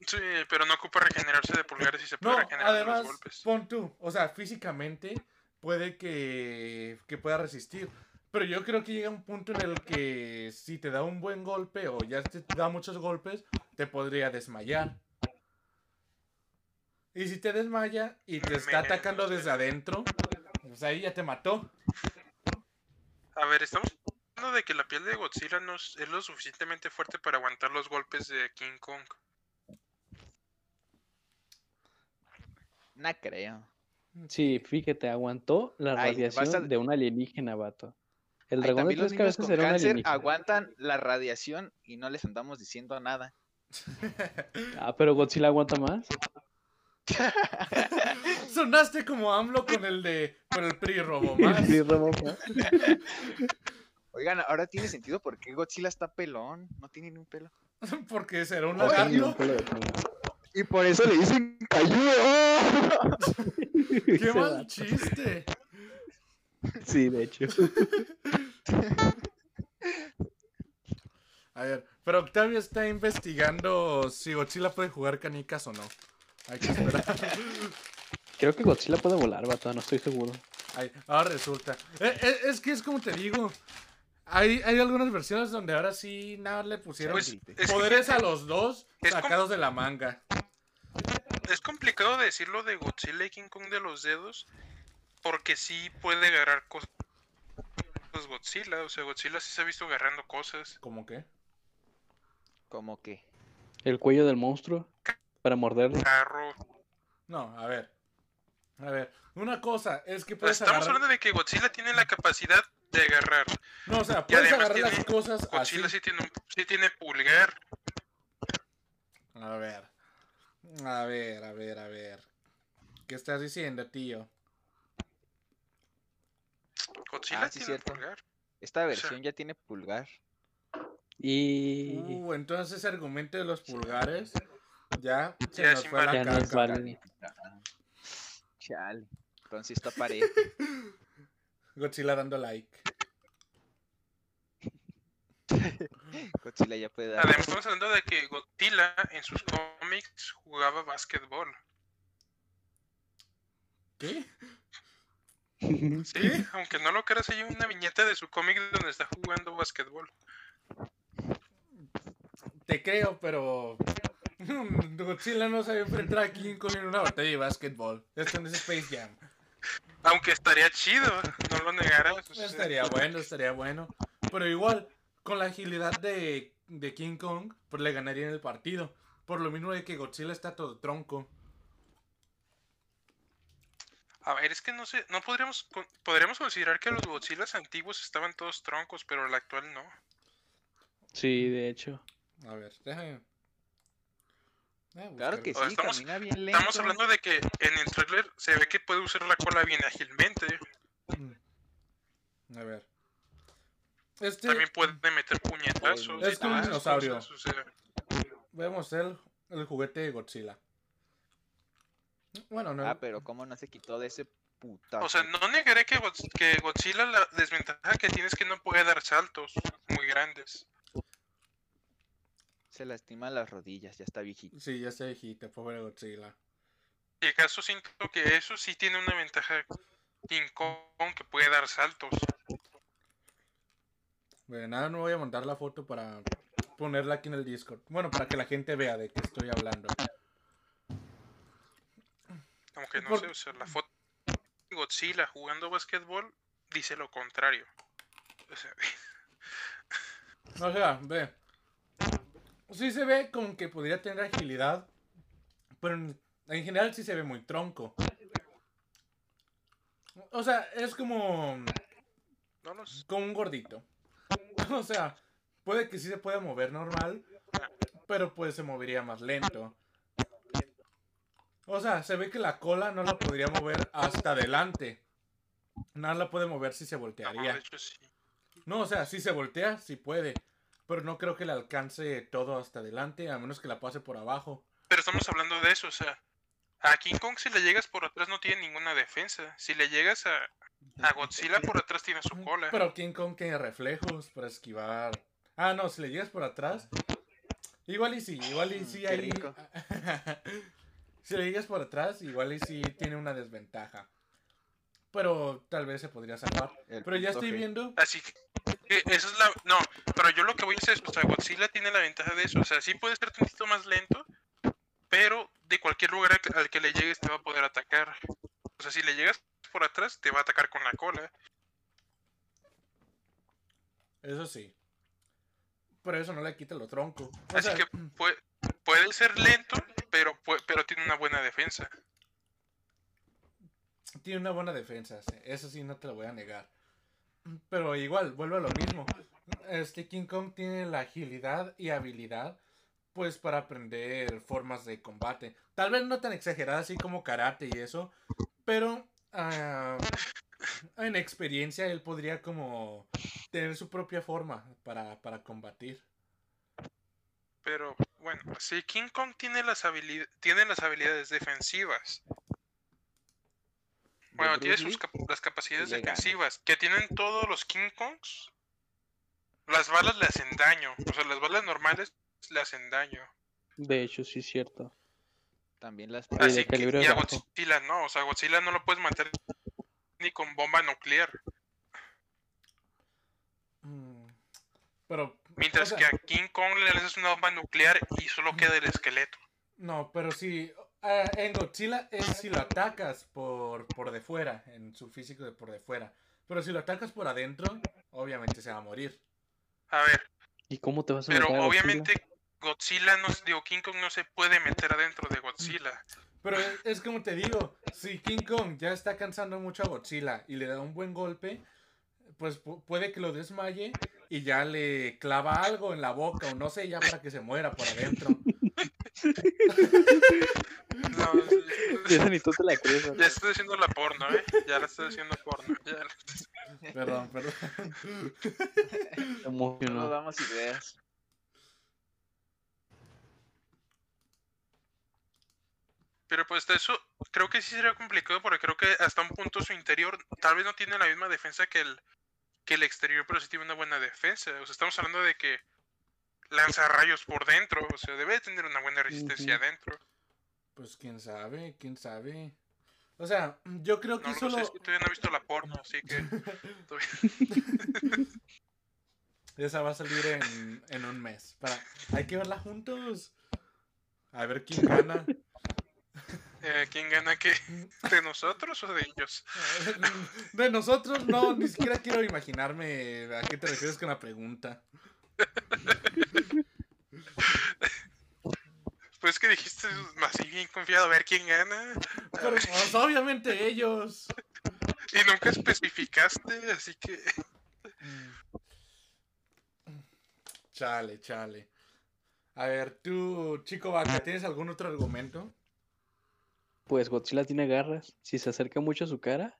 Sí, pero no ocupa regenerarse de pulgares y se puede No, regenerar de además, los golpes. pon tú. O sea, físicamente puede que, que pueda resistir. Pero yo creo que llega un punto en el que si te da un buen golpe o ya te da muchos golpes, te podría desmayar. Y si te desmaya y te está Me- atacando desde adentro, pues ahí ya te mató. A ver, estamos hablando hablando de que la piel de Godzilla no es, es lo suficientemente fuerte para aguantar los golpes de King Kong. No creo. Sí, fíjate, aguantó la Ay, radiación basta- de un alienígena, vato. El Ay, dragón de también los niños tres cabezas con era un cáncer alienígena. aguantan la radiación y no les andamos diciendo nada. Ah, pero Godzilla aguanta más. Sonaste como AMLO con el de. con el PRI robo más. Sí, Robo, ¿no? Oigan, ahora tiene sentido por qué Godzilla está pelón. No tiene ni un pelo. Porque será un No tiene ningún lagarto. pelo de pelo. Y por eso le dicen cayudo. ¡Oh! Qué Ese mal vato. chiste. Sí, de hecho. A ver, pero Octavio está investigando si Godzilla puede jugar canicas o no. Hay que esperar. Creo que Godzilla puede volar, vato, no estoy seguro. Ay, ahora resulta. Eh, eh, es que es como te digo. Hay, hay algunas versiones donde ahora sí nada le pusieron Pues, es, poderes a los dos es como- sacados de la manga. es complicado decirlo de Godzilla y King Kong de los dedos, porque sí puede agarrar cosas. Godzilla, o sea, Godzilla sí se ha visto agarrando cosas. ¿Cómo qué? Como que. El cuello del monstruo para morderlo. Carro. No, a ver. A ver, una cosa es que puedes Estamos agarrar... hablando de que Godzilla tiene la capacidad de agarrar. No, o sea, Y puedes además agarrar las tiene- cosas así. Godzilla sí tiene, un- sí tiene pulgar. A ver. A ver, a ver, a ver. ¿Qué estás diciendo, tío? Godzilla Ah, sí, tiene cierto. pulgar. Esta sea- versión ya tiene pulgar. Y Uh, entonces ese argumento de los pulgares ya se Ya nos sin fue a la ya no es caca. válido. Chale. Entonces está parejo. Godzilla dando like. Godzilla ya puede dar. Además, estamos hablando de que Godzilla en sus cómics jugaba básquetbol. ¿Qué? Sí, aunque no lo creas, hay una viñeta de su cómic donde está jugando básquetbol. Te creo, pero. Godzilla no sabe enfrentar a King Kong en una batalla de básquetbol. Esto no es Space Jam. Aunque estaría chido, no lo negarás. o sea, pues, Estaría bueno, estaría bueno. Pero igual, con la agilidad de, de King Kong, pues le ganaría en el partido. Por lo mismo de que Godzilla está todo tronco. A ver, es que no sé, no podríamos, con- podríamos considerar que los Godzillas antiguos estaban todos troncos, pero el actual no. Sí, de hecho. A ver, déjame. déjame Claro buscar- que O sea, sí, estamos- camina bien lento. Estamos hablando de que en el trailer se ve que puede usar la cola bien ágilmente. Mm. A ver. Este, También puede meter puñetazos. Es y como un todas esas dinosaurio. cosas, o sea, vemos el, el juguete de Godzilla. Bueno, no. Ah, pero cómo no se quitó de ese putazo. O sea, no negaré que, Godz- que Godzilla la desventaja que tiene es que no puede dar saltos muy grandes. Se lastima las rodillas, ya está viejito. Sí, ya se dijiste, pobre Godzilla. Y acaso siento que eso sí tiene una ventaja King Kong que puede dar saltos. Bueno, nada, no voy a montar la foto para ponerla aquí en el Discord. Bueno, para que la gente vea de qué estoy hablando. Aunque no Por- sé, o sea, la foto de Godzilla jugando basquetbol dice lo contrario. O sea, O sea, ve. Sí se ve como que podría tener agilidad. Pero en, en general sí se ve muy tronco. O sea, es como, no lo sé. como un gordito. O sea, puede que sí se pueda mover normal. Pero pues se movería más lento. O sea, se ve que la cola no la podría mover hasta adelante. Nada la puede mover si se No, voltearía. de hecho sí. No, o sea, si se voltea, sí puede. Pero no creo que le alcance todo hasta adelante, a menos que la pase por abajo. Pero estamos hablando de eso, o sea, a King Kong si le llegas por atrás no tiene ninguna defensa. Si le llegas a, a Godzilla por atrás tiene su cola. Pero King Kong tiene reflejos para esquivar. Ah, no, si le llegas por atrás. Igual y sí, igual y Mm, sí qué ahí- rico. si le llegas por atrás, igual y sí tiene una desventaja. Pero tal vez se podría salvar. El Pero ya punto estoy G. viendo. Así que que esa es la... No, pero yo lo que voy a decir es, o sea, Godzilla tiene la ventaja de eso. O sea, sí puede ser tantito más lento, pero de cualquier lugar al que- al que le llegues te va a poder atacar. O sea, si le llegas por atrás, te va a atacar con la cola. Eso sí. Pero eso no le quita lo tronco. O Así sea, mm. que pue- puede ser lento, pero, pue- pero tiene una buena defensa. Tiene una buena defensa, sí, eso sí, no te lo voy a negar. Pero igual, vuelve a lo mismo. Este King Kong tiene la agilidad y habilidad, pues para aprender formas de combate. Tal vez no tan exagerada así como karate y eso, pero ah, en experiencia él podría como tener su propia forma para, para combatir. Pero bueno, si King Kong tiene las, habili- tiene las habilidades defensivas, De bueno, tiene Bruce sus Lee, cap- las capacidades y le gana. defensivas que tienen todos los King Kongs, las balas le hacen daño. O sea, las balas normales le hacen daño. De hecho, sí es cierto. También las de Así que, calibre y a bajo. Godzilla no, o sea, Godzilla no lo puedes matar ni con bomba nuclear. Mm, Pero... Mientras o sea, que a King Kong le haces una bomba nuclear y solo queda el esqueleto. No, pero si ah, en Godzilla es si lo atacas por, por de fuera, en su físico de por de fuera. Pero si lo atacas por adentro, obviamente se va a morir. A ver, ¿Y cómo te vas a pero meter a Godzilla? obviamente Godzilla no, se- digo, King Kong no se puede meter adentro de Godzilla. Pero es, es como te digo, si King Kong ya está cansando mucho a Godzilla y le da un buen golpe, pues pu- puede que lo desmaye y ya le clava algo en la boca o no sé, ya para que se muera por adentro. No, Esa ni tú te la crees, ¿no? ya estoy haciendo la porno, eh. Ya la estoy haciendo porno. ya. Perdón, perdón. Te no nos emocionó. damos ideas. Pero pues hasta eso creo que sí sería complicado porque creo que hasta un punto su interior tal vez no tiene la misma defensa que el, que el exterior, pero sí tiene una buena defensa. O sea, estamos hablando de que lanza rayos por dentro, o sea, debe de tener una buena resistencia Ujú. adentro. Pues quién sabe, quién sabe. O sea, yo creo No que lo solo... sé, es que todavía no he visto la porno, así que Esa va a salir en, en un mes. Para, hay que verla juntos. A ver quién gana. eh, ¿quién gana qué? ¿De nosotros o de ellos? De nosotros, no, ni siquiera quiero imaginarme a qué te refieres con la pregunta. Pues que dijiste así bien confiado, a ver quién gana. Pero pues, obviamente ellos. Y nunca especificaste, así que... Chale, chale. A ver, tú, chico vaca, ¿tienes algún otro argumento? Pues Godzilla tiene garras. Si se acerca mucho a su cara,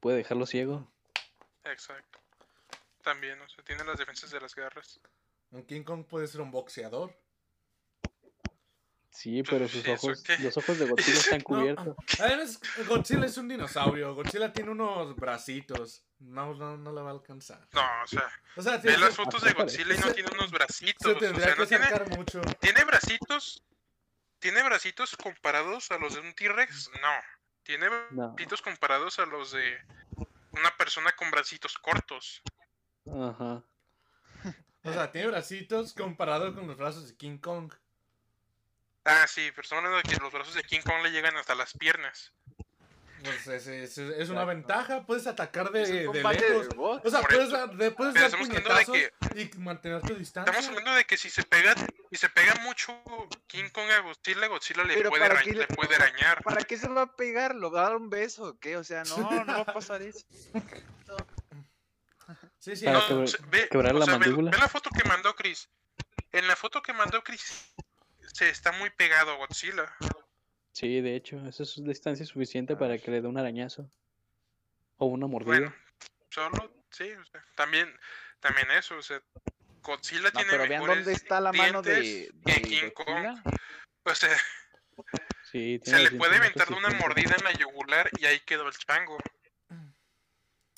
puede dejarlo ciego. Exacto. También, o sea, tiene las defensas de las garras. Un King Kong puede ser un boxeador. Sí, pero sus ¿Y eso ojos, qué? los ojos de Godzilla están No, cubiertos. además, Godzilla es un dinosaurio. Godzilla tiene unos bracitos. No, no, no la va a alcanzar. No, o sea, O sea, Ve tiene- las fotos de Hasta Godzilla y no parece. tiene unos se bracitos. O tendría sea, que no tiene, acercar mucho. tiene bracitos. Tiene bracitos comparados a los de un T-Rex. No. Tiene No. bracitos comparados a los de una persona con bracitos cortos. Ajá. O sea, tiene bracitos comparado con los brazos de King Kong. Ah, sí, pero estamos hablando de que los brazos de King Kong le llegan hasta las piernas. Pues es, es- es una Exacto. ventaja. Puedes atacar de, Es un de combate lejos. de box. O sea, Por puedes eso. dar, de- puedes Pero dar estamos hablando de puñetazos y mantener tu Estamos distancia. hablando de que si se pega, si se pega mucho King Kong a Godzilla, Godzilla le Pero puede, ¿para arañ- qué le le- puede arañar. ¿Para qué se va a pegar? ¿Lo va a dar un beso o qué? O sea, no, no va a pasar eso. Sí, sí. Para No, no, quebrar- o sea, ve, quebrar o la sea, ve- mandíbula. ve la foto que mandó Chris. En la foto que mandó Chris se está muy pegado a Godzilla. Sí, de hecho, esa es distancia suficiente para que le dé un arañazo. O una mordida. Bueno, solo, sí, o sea, también, también eso, o sea, Godzilla No, tiene pero vean mejores dónde está la mano de, dientes de que King Kong. Godzilla. O sea, sí, se tiene le los puede dientes inventar de una suficientes. mordida en la yugular y ahí quedó el chango.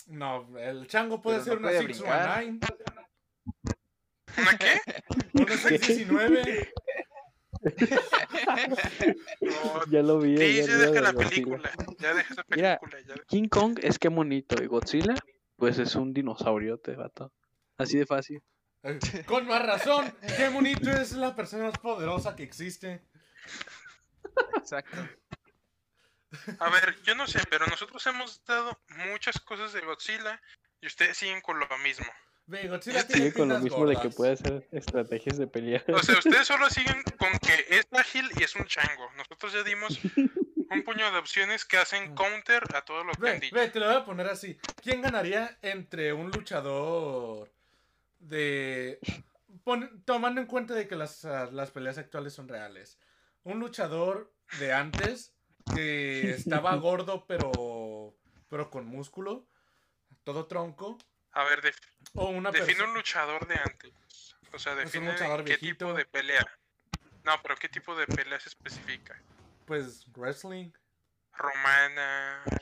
no, el chango puede Pero ser no una puede 619. ¿Una qué? Una 619. No, Ya lo vi. sí, allá ya arriba deja de la Godzilla. película, ya deja esa Mira. película, ya. King Kong es que monito y Godzilla, pues es un dinosauriote, vato. Así de fácil. Con más razón. Qué bonito es la persona más poderosa que existe. Exacto. A ver, yo no sé, pero nosotros hemos dado muchas cosas de Godzilla y ustedes siguen con lo mismo. Ve, Godzilla tiene Sigue con lo pintas mismo de que gordas. puede hacer estrategias de pelea. O sea, ustedes solo siguen con que es ágil y es un chango. Nosotros ya dimos un puño de opciones que hacen counter a todo lo que han Ve, dicho. ve, te lo voy a poner así. ¿Quién ganaría entre un luchador de... pon- tomando en cuenta de que las, ah, las peleas actuales son reales. Un luchador de antes que estaba gordo pero, pero con músculo, todo tronco, A ver, def- o una define persona... un luchador de antes. O sea, define luchador qué viejito. tipo de pelea. No, pero qué tipo de pelea se especifica. Pues wrestling. Romana. o sea,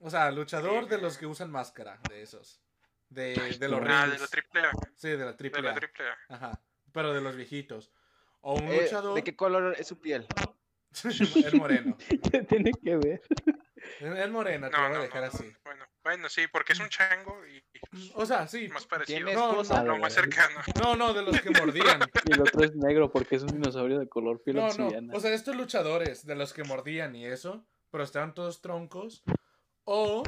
O sea, luchador de los que usan máscara, de esos. De, de los Ah, de rings. la triple A. Sí, de la triple De la A. triple A. Ajá. Pero de los viejitos. O un Eh, luchador. ¿De qué color es su piel? es moreno. ¿Qué tiene que ver? Es- Es moreno, te No, lo voy no, a dejar no, así. Mm, Bueno, bueno, sí, porque es un chango y pues, y O sea, sí. más parecido. Tiene No, esposa. no. Lo más cercano. No, no, de los que mordían. Y el otro es negro porque es un dinosaurio de color piel No, obsidiana. no. O sea, estos luchadores, de los que mordían y eso, pero estaban todos troncos. O,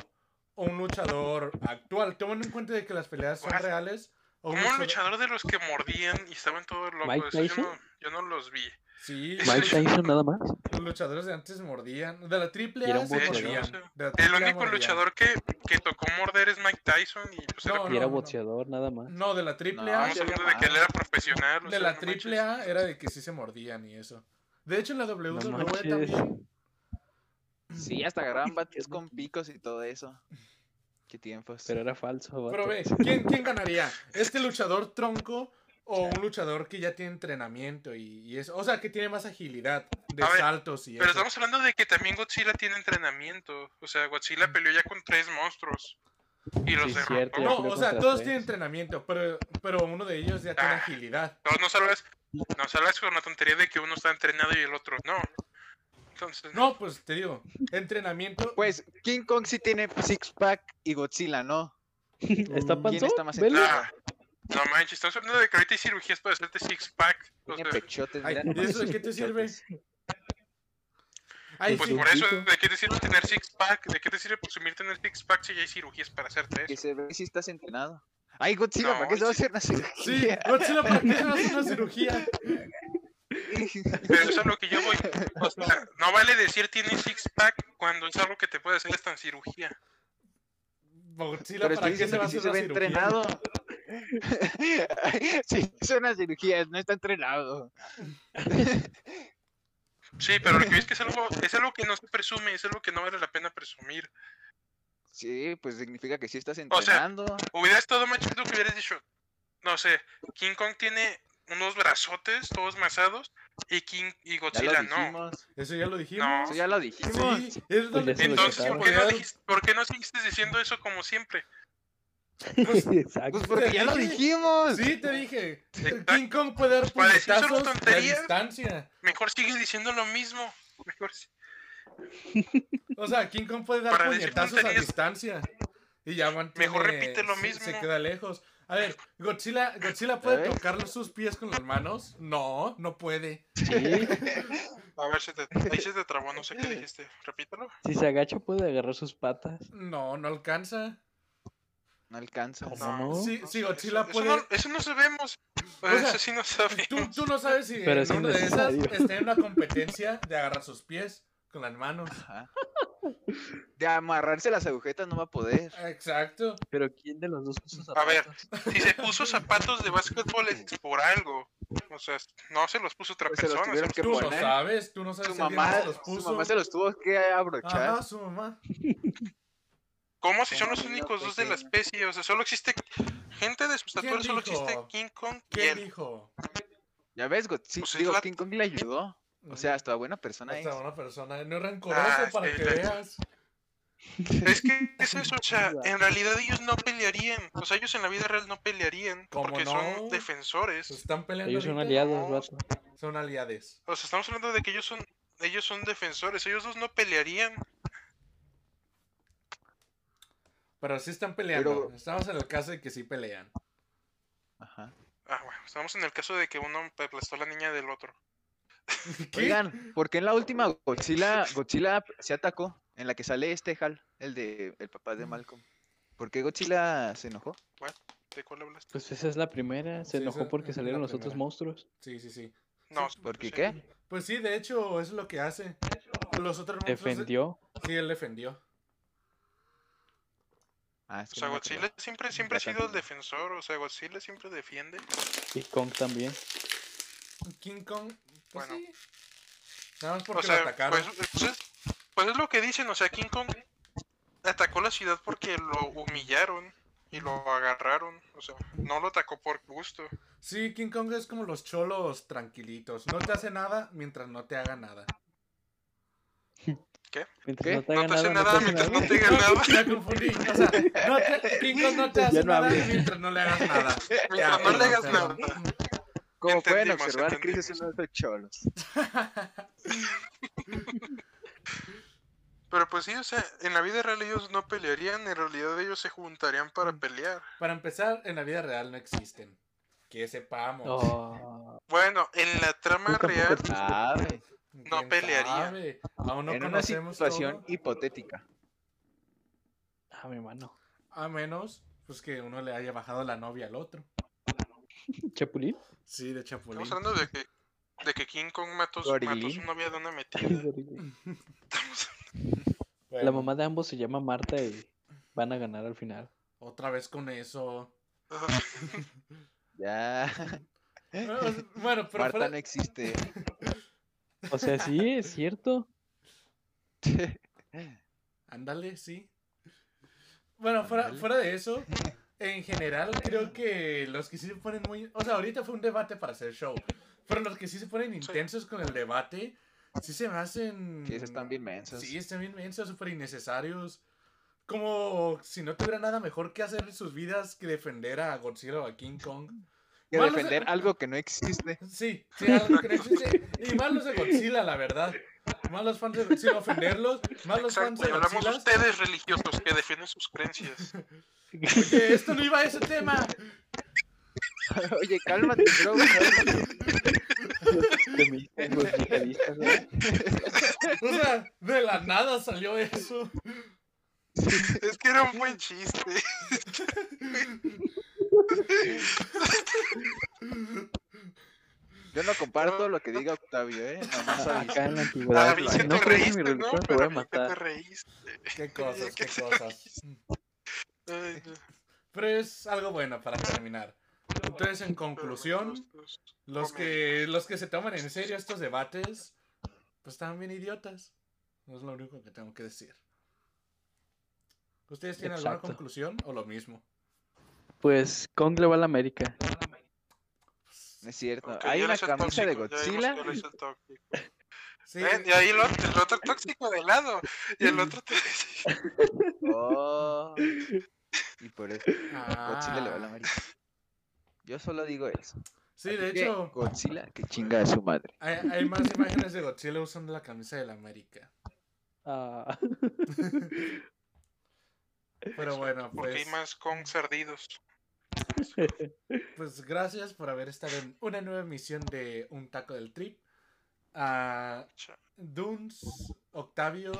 o un luchador actual. Tomando en cuenta de que las peleas son What? reales. O Como un luchador de los que mordían y estaban todos locos. Eso Yo Tyson? no, yo no los vi. Sí, Mike Tyson nada más. los luchadores de antes mordían. De la triple Y era A un se boxeador. mordían. De la El triple A único mordían. luchador que, que tocó morder es Mike Tyson y pues era No, Y era no. boxeador nada más. No, de la triple A. No, Estamos sí había hablando de que él era profesional. o De sea, la no triple manches. A era de que sí se mordían y eso. De hecho, en la WWE No manches. también. Sí, hasta agarraban bates con picos y todo eso. Qué tiempos. Pero era falso. Pero vato. ve, ¿quién, quién ganaría? ¿Este luchador tronco o un luchador que ya tiene entrenamiento y, y eso? O sea, que tiene más agilidad de A ver, saltos y Pero eso. estamos hablando de que también Godzilla tiene entrenamiento. O sea, Godzilla peleó ya con tres monstruos. Y los Mm. Sí, derrotó. cierto, ya No, peleó o sea, contra todos tres. tienen entrenamiento, pero, pero uno de ellos ya tiene Ah. agilidad. No, no salgas, no salgas con la tontería de que uno está entrenado y el otro no. Entonces, no. No, pues te digo, entrenamiento. Pues King Kong sí tiene six pack y Godzilla, ¿no? ¿Está ¿Quién panzón? está más Velo. entrenado? Ah, no manches, estamos hablando de que ahorita hay cirugías para hacerte six pack. O Tiene sea, pechotes. Ay, mira ¿de nomás eso de sus qué te sirve? pechotes. Ay, pues sí. por eso, cirujito. ¿de qué te sirve tener six pack? ¿De qué te sirve presumir tener six pack si ya hay cirugías para hacerte Que eso? se ve si estás entrenado. Ay, Godzilla, ¿para No, qué se va a sí. hacer una Sí, cirugía? Godzilla, ¿para qué se va a hacer una cirugía? Pero eso es lo que yo voy. O sea, no vale decir tiene six pack cuando es algo que te puede hacer hasta en cirugía. Godzilla, Pero estoy ¿para qué diciendo se va a que sí se hacer una ve cirugía? entrenado. Sí, es una cirugía, no está entrenado. Sí, pero lo que es que es algo, es algo que no se presume, es algo que no vale la pena presumir. Sí, pues significa que sí estás O sea, entrenando. Hubieras todo más chido que hubieras dicho, no sé, King Kong tiene unos brazotes todos masados y King y ya Godzilla lo pues no. dijimos. Eso ya lo dijimos. No. Eso ya lo dijimos. Sí, es donde Pues ya se lo Entonces, quitaron. ¿por qué, no Poder- dijiste, ¿por qué no seguiste diciendo eso como siempre? Exacto. Pues porque ya lo dije. dijimos. Sí, te dije. El Exacto. King Kong puede dar Para decir solo puñetazos a tonterías. distancia. Mejor sigue diciendo lo mismo. Mejor si- O sea, King Kong puede dar Para decir puñetazos a tonterías. distancia. Y ya mantiene- Mejor repite lo se- mismo. Se queda lejos. A ver, Godzilla, Godzilla puede ¿Eh? ver. tocar sus pies con las manos. No, no puede. Sí, A ver, se te, ahí se te trabó, no sé qué dijiste. Repítelo. si se agacha puede agarrar sus patas. No, no alcanza. No alcanza. ¿Cómo no? Sí, sí, Godzilla eso, puede- Eso no, eso no sabemos. O sea, eso sí no Tú, sabemos. tú no sabes si Pero en es una de esas innecesario. está en una competencia de agarrar sus pies con las manos. Ajá. De amarrarse las agujetas no va a poder. Exacto. Pero ¿quién de los dos puso A ver. zapatos? Si se puso zapatos de básquetbol es por algo. O sea, no se los puso otra Pues Se los persona. se tuvieron los que Tú no poner. sabes, tú ah, no sabes Su si alguien mamá, se los su puso. mamá se los tuvo que abrochar. Ajá, su mamá. ¿Cómo si son los Niño únicos dos de la pequeño. especie? O sea, solo existe gente de su estatura, solo existe dijo? King Kong y ¿Quién él. dijo? Ya ves, Godzilla, Pues es digo, la- King Kong le ayudó. O sea, hasta buena persona Hasta es. una persona, no es rencoroso Ah, para sí, que la- veas. Es que es eso, o sea, en realidad ellos no pelearían. O sea, ellos en la vida real no pelearían ¿Cómo porque no? son Se defensores. están peleando. Ellos son ahorita, aliados, vato. son aliades. O sea, estamos hablando de que ellos son ellos son defensores, ellos dos no pelearían. Pero sí están peleando. Pero- Estamos en el caso de que sí pelean. Ajá. Ah, bueno, estamos en el caso de que uno aplastó a la niña del otro. ¿Qué? Oigan, ¿por qué en la última Godzilla, Godzilla se atacó? En la que sale este Hal, el de el papá de Malcolm. ¿Por qué Godzilla se enojó? ¿De cuál hablaste? Pues esa es la primera. Se Sí, enojó esa porque es salieron la los otros primera. Ah, monstruos. Sí, sí, sí. No, ¿Por qué sí. qué? Pues sí, de hecho, eso es lo que hace. Los otros monstruos- Defendió. Sí, él defendió. Ah, es O que sea, no me acordaba. Godzilla siempre, siempre ha sido el Bastante. defensor, o sea, Godzilla siempre defiende. Y Kong también. King Kong, pues Bueno. sí. Nada más O porque lo sea, atacaron. pues, pues es, pues es lo que dicen, o sea, King Kong atacó la ciudad porque lo humillaron y lo agarraron, o sea, no lo atacó por gusto. Sí, King Kong es como los cholos tranquilitos. No te hace nada mientras no te haga nada. Mientras ¿Qué? no te No haga te hace nada, nada no te mientras hace no nada. te haga nada. Me confundí. O sea, no te- King Kong no te hace Ya no nada hables. mientras no le hagas nada. Mientras no le hagas Ya, nada. Como pueden Entendimos, observar, Chris es entendimos. uno de esos cholos. Pero pues sí, o sea, en la vida real ellos no pelearían, en realidad ellos se juntarían para Mm. pelear. Para empezar, en la vida real no existen. Que sepamos. Oh, Bueno, en la trama Nunca real, puedes- Sabe, ¿Quién no pelearían. sabe? Aún no Ah, en una conocemos situación todo, hipotética. ah, mi hermano. a menos pues que uno le haya bajado la novia al otro. ¿Chapulín? Sí, de chapulín. estamos hablando de que, de que King Kong mató, su- mató a su Gorilín. novia de una metida. La Bueno, mamá de ambos se llama Marta y van a ganar al final. Otra vez con eso. Ya. Bueno, pero ¿Eh? Marta fuera- no existe. O sea, sí, es cierto. Ándale, sí. Bueno, fuera, Ándale. fuera de eso, en general creo que los que sí se ponen muy... O sea, ahorita fue un debate para hacer show, pero los que sí se ponen intensos con el debate, sí se me hacen... Sí, esas están bien mensas. Sí, están bien mensos, súper innecesarios. Como si no tuviera nada mejor que hacer en sus vidas que defender a Godzilla o a King Kong. que malos- defender algo que no existe. Sí, sí, algo que no existe. Y más los de Godzilla, la verdad. Más los fans de Godzilla ofenderlos, más los fans Exacto, de y hablamos de Godzilla. ustedes religiosos que defienden sus creencias. Porque esto no iba a ese tema. Oye, cálmate, bro. cálmate. Los yihadistas, ¿verdad? O sea, de la nada salió eso. Es que era un buen chiste. Yo no comparto lo que diga Octavio, ¿eh? Nomás aviso. Acá en Pues, la A antigüedad. mí Habla, que Si no te crees en mi reíste, ¿no? religión, te Pero voy a a mí que te matar. reíste. Qué cosas, qué cosas. Ay, no. Pero es algo bueno para terminar. Entonces, en conclusión, pues, los que, los que se toman en serio estos debates, pues están bien idiotas. No es lo único que tengo que decir. ¿Ustedes tienen alguna Exacto. conclusión o lo mismo? Pues Kong le va a la América. No es cierto. Ok, Hay ya una eres el camisa de tóxico, ya vimos Godzilla. que eres el tóxico. Sí, Ven, ¿Eh? Y ahí lo, el otro tóxico de lado. Y el otro te- Oh. Y por eso Godzilla le va a la ah, América. Yo solo digo eso. Sí, Así de que, hecho, Godzilla que chinga a su madre. hay, hay más imágenes de Godzilla usando la camisa de la América. Ah, Pero bueno, Porque hay pues. más con cerdidos. Pues gracias por haber estado en una nueva emisión de Un Taco del Trip. A Duns, Octavio,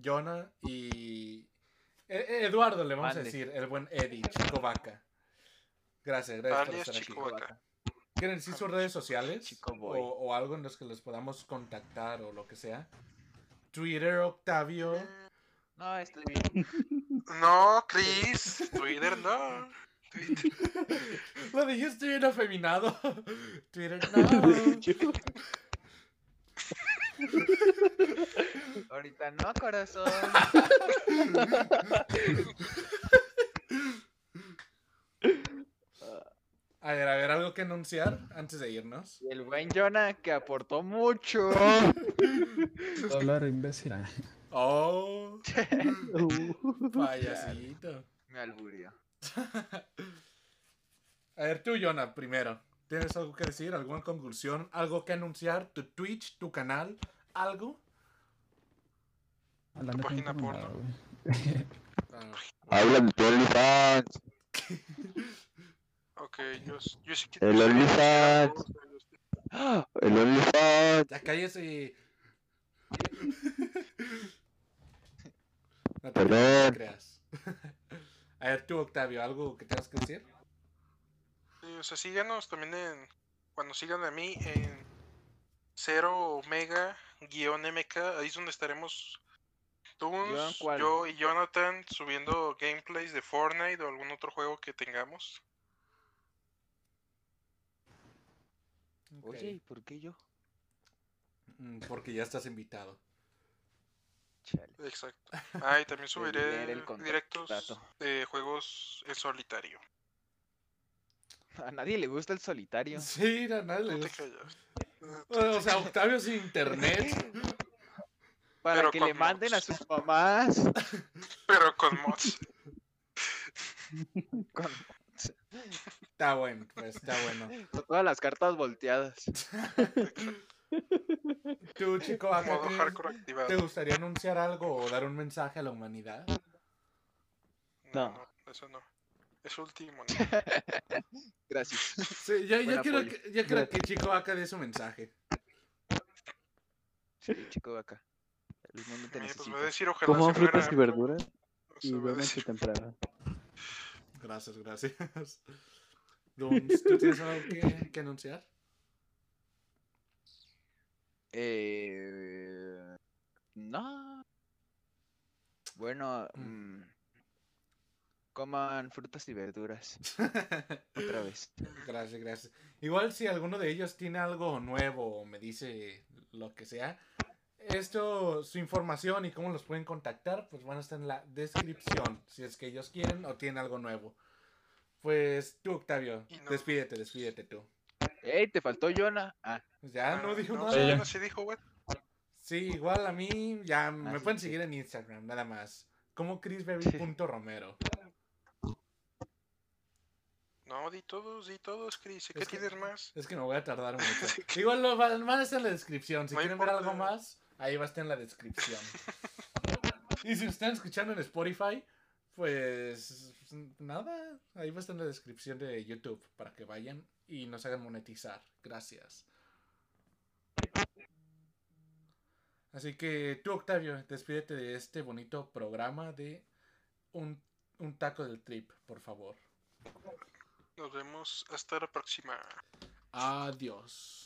Jonah y E- E- Eduardo, le vamos Mande. a decir, el buen Eddie, Chico Vaca. Gracias, gracias por Alias estar aquí. Chico Vaca. ¿Quieren decir sus redes sociales? Chico O, Boy. o algo en los que los podamos contactar o lo que sea. Twitter, Octavio. No, estoy bien. No, Chris. Twitter no. Twitter. Lo dijiste bien afeminado. Twitter, no. Ahorita no, corazón. A ver, a ver, algo que anunciar antes de irnos. Y el buen Jonah que aportó mucho. Dólar imbécil. Ah. Oh, uh, payasito. Me alburió. A ver, tú, Jonah, primero. ¿Tienes algo que decir? ¿Alguna conclusión? ¿Algo que anunciar? ¿Tu Twitch? ¿Tu canal? ¿Algo? A la neta no Página tengo porno. nada, güey. Ah, Habla de tu OnlyFans. Ok, yo, yo sí que. El OnlyFans. este, El OnlyFans. ya cállese y... No te Perdón. creas. A ver tú, Octavio, ¿algo que tengas que decir? Sí, o sea, síganos también en. Cuando sigan a mí en. Cero Omega guión MK. Ahí es donde estaremos. ¿Guión Tunes, cuál? yo y Jonathan subiendo gameplays de Fortnite o algún otro juego que tengamos. Oye, ¿y por qué yo? Ok. Mm, Porque ya estás invitado. Chale. Exacto. Ah, y también leer subiré el contrato. directos de juegos en solitario. A nadie le gusta el solitario. Sí, a nadie le No te gusta. callas. O sea, Octavio sin internet. Para Pero que le con manden a mods. sus mamás. Pero con mods. Con Está bueno, pues, está bueno. con todas las cartas volteadas. Tú, chico, acá modo tienes- hardcore activado. ¿Te gustaría anunciar algo o dar un mensaje a la humanidad? No, No. no, eso no. Es último, ¿no? Gracias. Sí, yo, Buen yo, creo, apoyo. que, yo creo que Chico Vaca dé su mensaje. Sí, chico, acá. El mundo te Mira, pues necesita. voy a decir, ojalá Como se frutas muera y Apple, verduras o y sea, voy a duérmete decir, temprano. Gracias, gracias. Duns, ¿Tú tienes algo que, que anunciar? Eh, no. Bueno, Mm. mm, coman frutas y verduras otra vez. Gracias, gracias. Igual si alguno de ellos tiene algo nuevo o me dice lo que sea, esto, su información y cómo los pueden contactar, pues van a estar en la descripción, si es que ellos quieren o tienen algo nuevo. Pues tú, Octavio, Y no. despídete, despídete tú. ¡Ey, te faltó Jonah! Ah, Ya no dijo no, nada. sí, Ella. no, sí dijo, güey. Sí, igual a mí ya me Así pueden que- seguir en Instagram, nada más. Como chrisberry.romero. No, di todos, di todos, Chris. ¿y ¿Qué Es que- tienes más? Es que me voy a tardar mucho. Igual lo van, van a estar en la descripción. Si No quieren ver importa. algo más, ahí va a estar en la descripción. y si están escuchando en Spotify, pues nada, ahí va a estar en la descripción de YouTube para que vayan y nos hagan monetizar. Gracias. Así que tú, Octavio, despídete de este bonito programa de un, un taco del trip, por favor. Nos vemos hasta la próxima. Adiós.